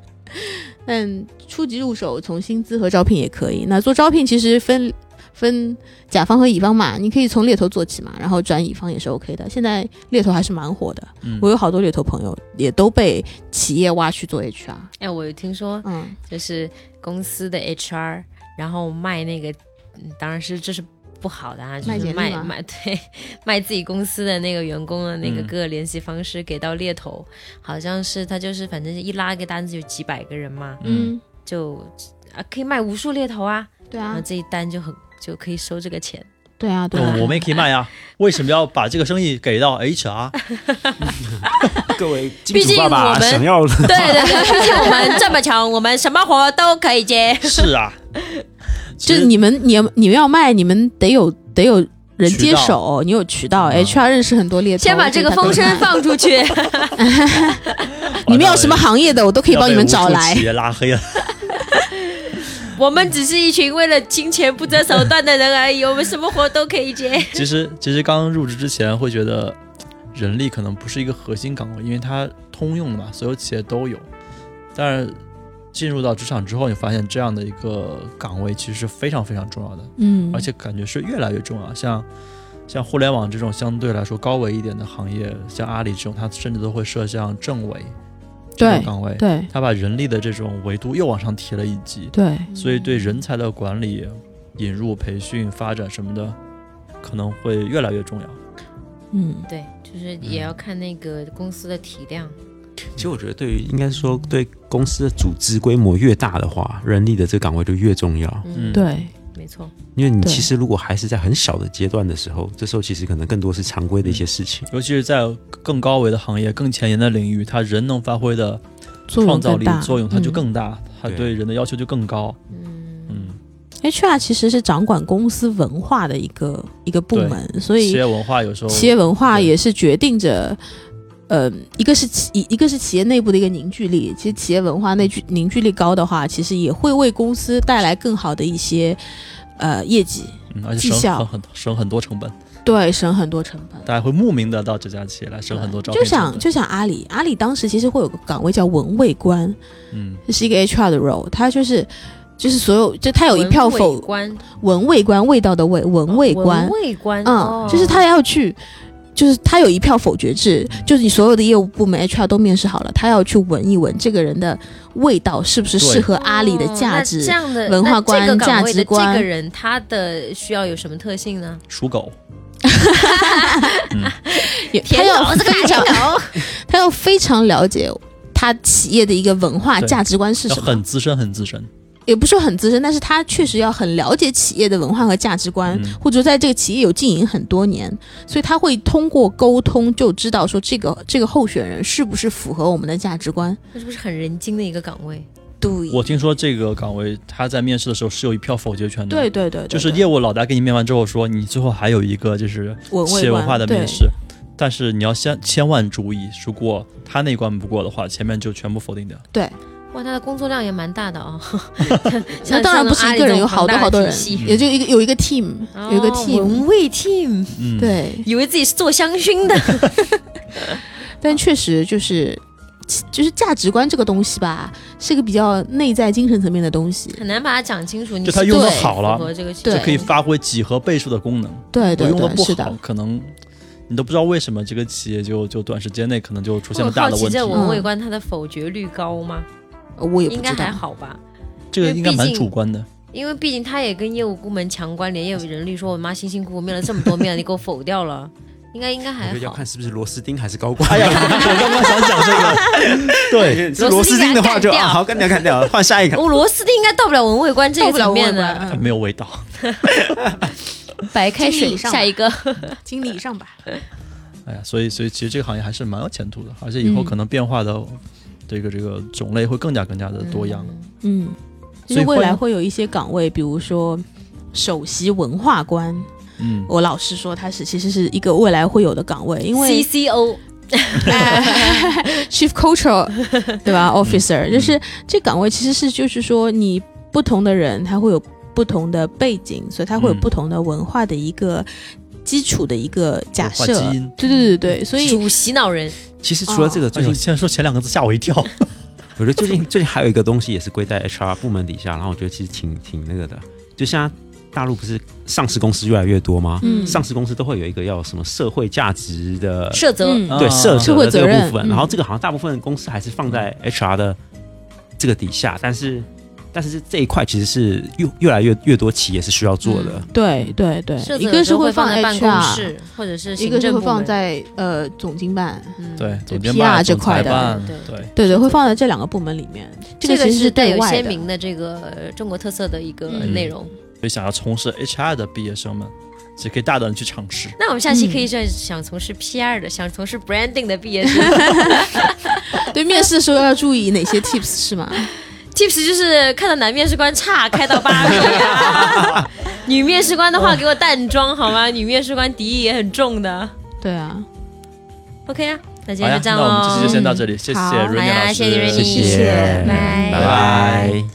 [SPEAKER 4] 但初级入手从薪资和招聘也可以。那做招聘其实分分甲方和乙方嘛，你可以从猎头做起嘛，然后转乙方也是 OK 的。现在猎头还是蛮火的，
[SPEAKER 1] 嗯
[SPEAKER 4] 我有好多猎头朋友也都被企业挖去做 HR。
[SPEAKER 3] 哎，我有听说
[SPEAKER 4] 嗯，
[SPEAKER 3] 就是公司的 HR，然后卖那个，嗯当然是这是不好的啊，就
[SPEAKER 4] 卖
[SPEAKER 3] 是
[SPEAKER 4] 简历
[SPEAKER 3] 卖
[SPEAKER 4] 吗
[SPEAKER 3] 卖对卖自己公司的那个员工的那个
[SPEAKER 1] 嗯
[SPEAKER 3] 各个联系方式给到猎头，好像是他就是反正一拉一个单子有几百个人嘛，
[SPEAKER 1] 嗯，
[SPEAKER 3] 就啊可以卖无数猎头啊，
[SPEAKER 4] 对
[SPEAKER 3] 然
[SPEAKER 4] 啊
[SPEAKER 3] 后，这一单就很就可以收这个钱。
[SPEAKER 4] 对啊，
[SPEAKER 3] 嗯
[SPEAKER 4] 对啊
[SPEAKER 1] 嗯我我，们也可以卖呀，为什么要把这个生意给到 HR？
[SPEAKER 2] 各位金
[SPEAKER 3] 毕
[SPEAKER 2] 主
[SPEAKER 3] 竟
[SPEAKER 2] 爸
[SPEAKER 3] 我
[SPEAKER 2] 爸
[SPEAKER 3] 们
[SPEAKER 2] 想要
[SPEAKER 3] 对对对，毕竟我们这么穷，我们什么活都可以接。
[SPEAKER 1] 是 啊，其
[SPEAKER 4] 就
[SPEAKER 1] 实
[SPEAKER 4] 是你们你你们要卖，你们得有得有人
[SPEAKER 1] 渠
[SPEAKER 4] 接
[SPEAKER 1] 道
[SPEAKER 4] 手，你有渠道
[SPEAKER 1] 嗯
[SPEAKER 4] ，HR 认识很多猎头，
[SPEAKER 3] 先把这个风
[SPEAKER 4] 所以
[SPEAKER 3] 声放出去，
[SPEAKER 1] 完
[SPEAKER 4] 他可能，你们
[SPEAKER 1] 蛋
[SPEAKER 4] 有
[SPEAKER 1] 了
[SPEAKER 4] 什么行业的，我都可以
[SPEAKER 1] 要
[SPEAKER 4] 帮你
[SPEAKER 1] 被
[SPEAKER 4] 们
[SPEAKER 1] 无
[SPEAKER 4] 找
[SPEAKER 1] 数
[SPEAKER 4] 来
[SPEAKER 1] 企。业拉黑了，
[SPEAKER 3] 我们只是一群为了金钱不择手段的人而已，我们什么活都可以接。
[SPEAKER 1] 其实其实刚入职之前会觉得人力可能不是一个核心岗位，因为它通用的嘛，所有企业都有。但是进入到职场之后，你发现这样的一个岗位其实是非常非常重要的，
[SPEAKER 4] 嗯，
[SPEAKER 1] 而且感觉是越来越重要。像像互联网这种相对来说高维一点的行业，像阿里这种，它甚至都会设像政委这种
[SPEAKER 4] 对
[SPEAKER 1] 岗位，
[SPEAKER 4] 对
[SPEAKER 1] 它把人力的这种维度又往上提了一级。
[SPEAKER 4] 对，
[SPEAKER 1] 所
[SPEAKER 3] 嗯
[SPEAKER 1] 以对人才的管理、引入、培训、发展什么的，可能会越来越重要。
[SPEAKER 4] 嗯，
[SPEAKER 3] 对，就是也要看那个公司的体量。
[SPEAKER 2] 其实我觉得，对于应该说对公司的组织规模越大的话，人力的这个岗位就越重要。
[SPEAKER 1] 嗯，，
[SPEAKER 4] 对
[SPEAKER 3] 没错，
[SPEAKER 2] 因为你
[SPEAKER 4] 对
[SPEAKER 2] 其实如果还是在很小的阶段的时候，这时候其实可能更多是常规的一些事情。
[SPEAKER 1] 尤其是在更高维的行业、更前沿的领域，它人能发挥的
[SPEAKER 4] 作用
[SPEAKER 1] 创造
[SPEAKER 4] 更
[SPEAKER 1] 力
[SPEAKER 4] 大
[SPEAKER 1] 作用它就
[SPEAKER 4] 嗯
[SPEAKER 1] 更大，它
[SPEAKER 2] 对
[SPEAKER 1] 对人的要求就更高。
[SPEAKER 3] 嗯，
[SPEAKER 1] 嗯，
[SPEAKER 4] HR 其实是掌管公司文化的一个一个部
[SPEAKER 1] 对
[SPEAKER 4] 门，所
[SPEAKER 1] 企
[SPEAKER 4] 以
[SPEAKER 1] 业文化有时候
[SPEAKER 4] 企业文化
[SPEAKER 1] 对
[SPEAKER 4] 也是决定着，呃，一个是企一一个是企业内部的一个凝聚力。其实企业文化内聚凝聚力高的话，其实也会为公司带来更好的一些呃业绩，
[SPEAKER 1] 嗯，而且
[SPEAKER 4] 绩效
[SPEAKER 1] 省很很省很多成本，
[SPEAKER 4] 对，省很多成本。
[SPEAKER 1] 大家会慕名的到这家企业来省很多招聘
[SPEAKER 4] 就
[SPEAKER 1] 成
[SPEAKER 4] 想
[SPEAKER 1] 本。
[SPEAKER 4] 就想阿里，阿里当时其实会有个岗位叫文卫官，
[SPEAKER 1] 嗯，
[SPEAKER 4] 这是一个 HR 的 role，他就是就是所有就他有一票
[SPEAKER 3] 文
[SPEAKER 4] 否
[SPEAKER 3] 卫官，哦
[SPEAKER 4] 文卫官味道的味文卫
[SPEAKER 3] 文，
[SPEAKER 4] 官
[SPEAKER 3] 卫官，
[SPEAKER 4] 嗯
[SPEAKER 3] 哦，
[SPEAKER 4] 就是他要去，就是他有一票否决制，
[SPEAKER 1] 嗯
[SPEAKER 4] 就是你所有的业务部门 HR 都面试好了，他要去闻一闻这个人的味道是不是适合阿里的价
[SPEAKER 3] 哦那
[SPEAKER 4] 值
[SPEAKER 3] 这。样的
[SPEAKER 4] 文化观
[SPEAKER 3] 那这个岗位的
[SPEAKER 4] 价值观
[SPEAKER 3] 这个人他的需要有什么特性 呢？
[SPEAKER 1] 属狗，
[SPEAKER 4] 也他要
[SPEAKER 3] 哦这个
[SPEAKER 4] 非常，
[SPEAKER 3] 狗，
[SPEAKER 4] 他要非常了解他企业的一个文化
[SPEAKER 1] 对
[SPEAKER 4] 价值观是
[SPEAKER 1] 要
[SPEAKER 4] 什么
[SPEAKER 1] 很，资深，很资深。
[SPEAKER 4] 也不是说很资深，但是他确实要很了解企业的文化和价值观，
[SPEAKER 1] 嗯
[SPEAKER 4] 或者说在这个企业有经营很多年，所以他会通过沟通就知道说这个这个候选人是不是符合我们的价值观。
[SPEAKER 3] 这是不是很人精的一个岗位？
[SPEAKER 4] 对，
[SPEAKER 1] 我听说这个岗位他在面试的时候是有一票否决权的，
[SPEAKER 4] 对，对对，对
[SPEAKER 1] 就是
[SPEAKER 4] 对
[SPEAKER 1] 业务老大给你面完之后说，你最后还有一个就是
[SPEAKER 4] 文
[SPEAKER 1] 企业文化的
[SPEAKER 4] 对
[SPEAKER 1] 面试，但是你要先千万注意，如果他那一关不过的话，前面就全部否定掉。
[SPEAKER 4] 对，
[SPEAKER 3] 哇，他的工作量也蛮大的 哦。
[SPEAKER 4] 那当然不是一个人，有好多好多人，
[SPEAKER 1] 嗯
[SPEAKER 4] 也就一个有一个 team，、有一个 team，
[SPEAKER 3] 哦文卫 team，
[SPEAKER 1] 嗯，，
[SPEAKER 4] 对，
[SPEAKER 3] 以为自己是做香薰的。
[SPEAKER 4] 但确实就是就是价值观这个东西吧，是个比较内在精神层面的东西，
[SPEAKER 3] 很难把它讲清楚。你
[SPEAKER 1] 就是他用的
[SPEAKER 4] 对
[SPEAKER 1] 好
[SPEAKER 3] 符合
[SPEAKER 1] 了，
[SPEAKER 3] 这个系
[SPEAKER 4] 对
[SPEAKER 1] 就
[SPEAKER 3] 统
[SPEAKER 1] 可以发挥几何倍数的功能；
[SPEAKER 4] 对对
[SPEAKER 1] 我用的
[SPEAKER 4] 对，是
[SPEAKER 1] 不好
[SPEAKER 4] 的，，
[SPEAKER 1] 可能你都不知道为什么这个企业就就短时间内可能就出现
[SPEAKER 3] 我
[SPEAKER 1] 了大
[SPEAKER 3] 好
[SPEAKER 1] 的
[SPEAKER 3] 奇
[SPEAKER 1] 问题
[SPEAKER 3] 这。
[SPEAKER 4] 我
[SPEAKER 3] 文卫官他的否决率高吗？
[SPEAKER 4] 我也不
[SPEAKER 3] 应该
[SPEAKER 4] 知道
[SPEAKER 3] 还，好吧，
[SPEAKER 1] 这个
[SPEAKER 3] 因为
[SPEAKER 1] 应该
[SPEAKER 3] 毕
[SPEAKER 1] 蛮
[SPEAKER 3] 竟
[SPEAKER 1] 主观的，
[SPEAKER 3] 因为毕竟他也跟业务部门强关联，也有人力说：“我妈辛辛苦苦面了这么多面，你给我否掉了。” 应该应该
[SPEAKER 2] 我
[SPEAKER 3] 嗯还
[SPEAKER 2] 觉得要
[SPEAKER 3] 好。
[SPEAKER 2] 看是不是螺丝钉还是高管。
[SPEAKER 1] 哎 呀， 我刚刚想讲这个，对，
[SPEAKER 2] 是螺丝钉的话
[SPEAKER 3] 螺丝钉给它
[SPEAKER 2] 就
[SPEAKER 3] 干掉
[SPEAKER 2] 啊好干掉干掉，换下一个。
[SPEAKER 3] 哦，螺丝钉应该到不了文卫官这
[SPEAKER 4] 到
[SPEAKER 3] 一啊
[SPEAKER 4] 不了
[SPEAKER 3] 层
[SPEAKER 4] 我也
[SPEAKER 3] 面
[SPEAKER 4] 不
[SPEAKER 3] 的，
[SPEAKER 4] 嗯
[SPEAKER 1] 没有味道。嗯
[SPEAKER 3] 白开
[SPEAKER 4] 经理
[SPEAKER 3] 水。
[SPEAKER 4] 上
[SPEAKER 3] 下
[SPEAKER 4] 吧
[SPEAKER 3] 一个，
[SPEAKER 4] 经理以上吧，
[SPEAKER 1] 哎呀，所以所以其实这个行业还是蛮有前途的，而且以后
[SPEAKER 4] 嗯
[SPEAKER 1] 可能变化的这个这个种类会更加更加的多样。
[SPEAKER 4] 嗯，就
[SPEAKER 1] 所以
[SPEAKER 4] 是未
[SPEAKER 1] 欢
[SPEAKER 4] 来
[SPEAKER 1] 迎
[SPEAKER 4] 会有一些岗位，比如说首席文化官，
[SPEAKER 1] 嗯，
[SPEAKER 4] 我老实说，他是其实是一个未来会有的岗位，因
[SPEAKER 3] C
[SPEAKER 4] 为
[SPEAKER 3] C O，
[SPEAKER 4] Chief Cultural 对吧？Officer
[SPEAKER 1] 嗯
[SPEAKER 4] 就是这岗位其实是就是说你不同的人他会有不同的背景，所以他会有
[SPEAKER 1] 嗯
[SPEAKER 4] 不同的文化的一个基础的一个假
[SPEAKER 1] 文化
[SPEAKER 4] 设。
[SPEAKER 1] 基因
[SPEAKER 4] 对对对对，所以
[SPEAKER 3] 主洗脑人，
[SPEAKER 2] 其实除了这个，
[SPEAKER 1] 哎
[SPEAKER 2] 最
[SPEAKER 1] 呦，
[SPEAKER 2] 近
[SPEAKER 1] 先说前两个字吓我一跳。
[SPEAKER 2] 我觉得最近最近还有一个东西也是归在 HR 部门底下，然后我觉得其实挺挺那个的。就像大陆不是上市公司越来越多吗？
[SPEAKER 4] 嗯
[SPEAKER 2] 上市公司都会有一个要什么社会价值的
[SPEAKER 3] 社责。
[SPEAKER 4] 嗯
[SPEAKER 2] 对
[SPEAKER 1] 啊
[SPEAKER 2] 社
[SPEAKER 4] 社
[SPEAKER 2] 社
[SPEAKER 4] 会
[SPEAKER 2] 的这
[SPEAKER 4] 责
[SPEAKER 2] 个
[SPEAKER 4] 任
[SPEAKER 2] 部分，
[SPEAKER 4] 嗯
[SPEAKER 2] 然后这个好像大部分公司还是放在 HR 的这个底下，但是但是这一块其实是越越来越越多企业是需要做的。
[SPEAKER 4] 嗯
[SPEAKER 5] 对对对
[SPEAKER 3] 设，
[SPEAKER 5] 一
[SPEAKER 3] 置
[SPEAKER 5] 个
[SPEAKER 3] 有时
[SPEAKER 5] 是
[SPEAKER 3] 候会
[SPEAKER 5] 放
[SPEAKER 3] 在办公
[SPEAKER 5] HR，
[SPEAKER 3] 室或者是
[SPEAKER 5] 一
[SPEAKER 3] 行
[SPEAKER 5] 个是
[SPEAKER 3] 政
[SPEAKER 5] 会
[SPEAKER 3] 部门
[SPEAKER 5] 放在呃总经办。
[SPEAKER 3] 嗯
[SPEAKER 1] 对，
[SPEAKER 4] 就
[SPEAKER 1] 总监
[SPEAKER 4] PR
[SPEAKER 1] 办、
[SPEAKER 4] 这
[SPEAKER 1] 总裁
[SPEAKER 4] 块的
[SPEAKER 1] 办
[SPEAKER 3] 对
[SPEAKER 1] 对，
[SPEAKER 5] 对对，会放在这两个部门里面。这
[SPEAKER 3] 这
[SPEAKER 5] 个
[SPEAKER 3] 个
[SPEAKER 5] 其实
[SPEAKER 3] 是带
[SPEAKER 5] 对
[SPEAKER 3] 有
[SPEAKER 5] 外
[SPEAKER 3] 鲜
[SPEAKER 5] 的。
[SPEAKER 3] 明的这个呃中国特色的一个
[SPEAKER 5] 嗯
[SPEAKER 3] 内容。
[SPEAKER 1] 所以想要从事 HR 的毕业生们，也可以大胆地去尝试。
[SPEAKER 3] 那我们下期
[SPEAKER 5] 嗯
[SPEAKER 3] 可以是想从事 PR 的，想从事 branding 的毕业 生
[SPEAKER 4] 对面试的时候要注意哪些 tips 是吗？
[SPEAKER 3] ，tips 就是看到男面试官差开到八米啊， 女面试官的话给我淡妆好吗？女面试官敌意也很重的。
[SPEAKER 4] 对啊，
[SPEAKER 3] OK 啊，那今
[SPEAKER 1] 好
[SPEAKER 3] 天
[SPEAKER 1] 呀
[SPEAKER 3] 就，这样
[SPEAKER 1] 那我们这期
[SPEAKER 3] 喽哎
[SPEAKER 1] 就。先到这里，谢谢
[SPEAKER 4] 好
[SPEAKER 1] 瑞
[SPEAKER 3] 好
[SPEAKER 1] 妮
[SPEAKER 3] 呀
[SPEAKER 1] 老师，
[SPEAKER 3] 谢谢瑞妮
[SPEAKER 2] 谢谢
[SPEAKER 3] 拜
[SPEAKER 2] 拜拜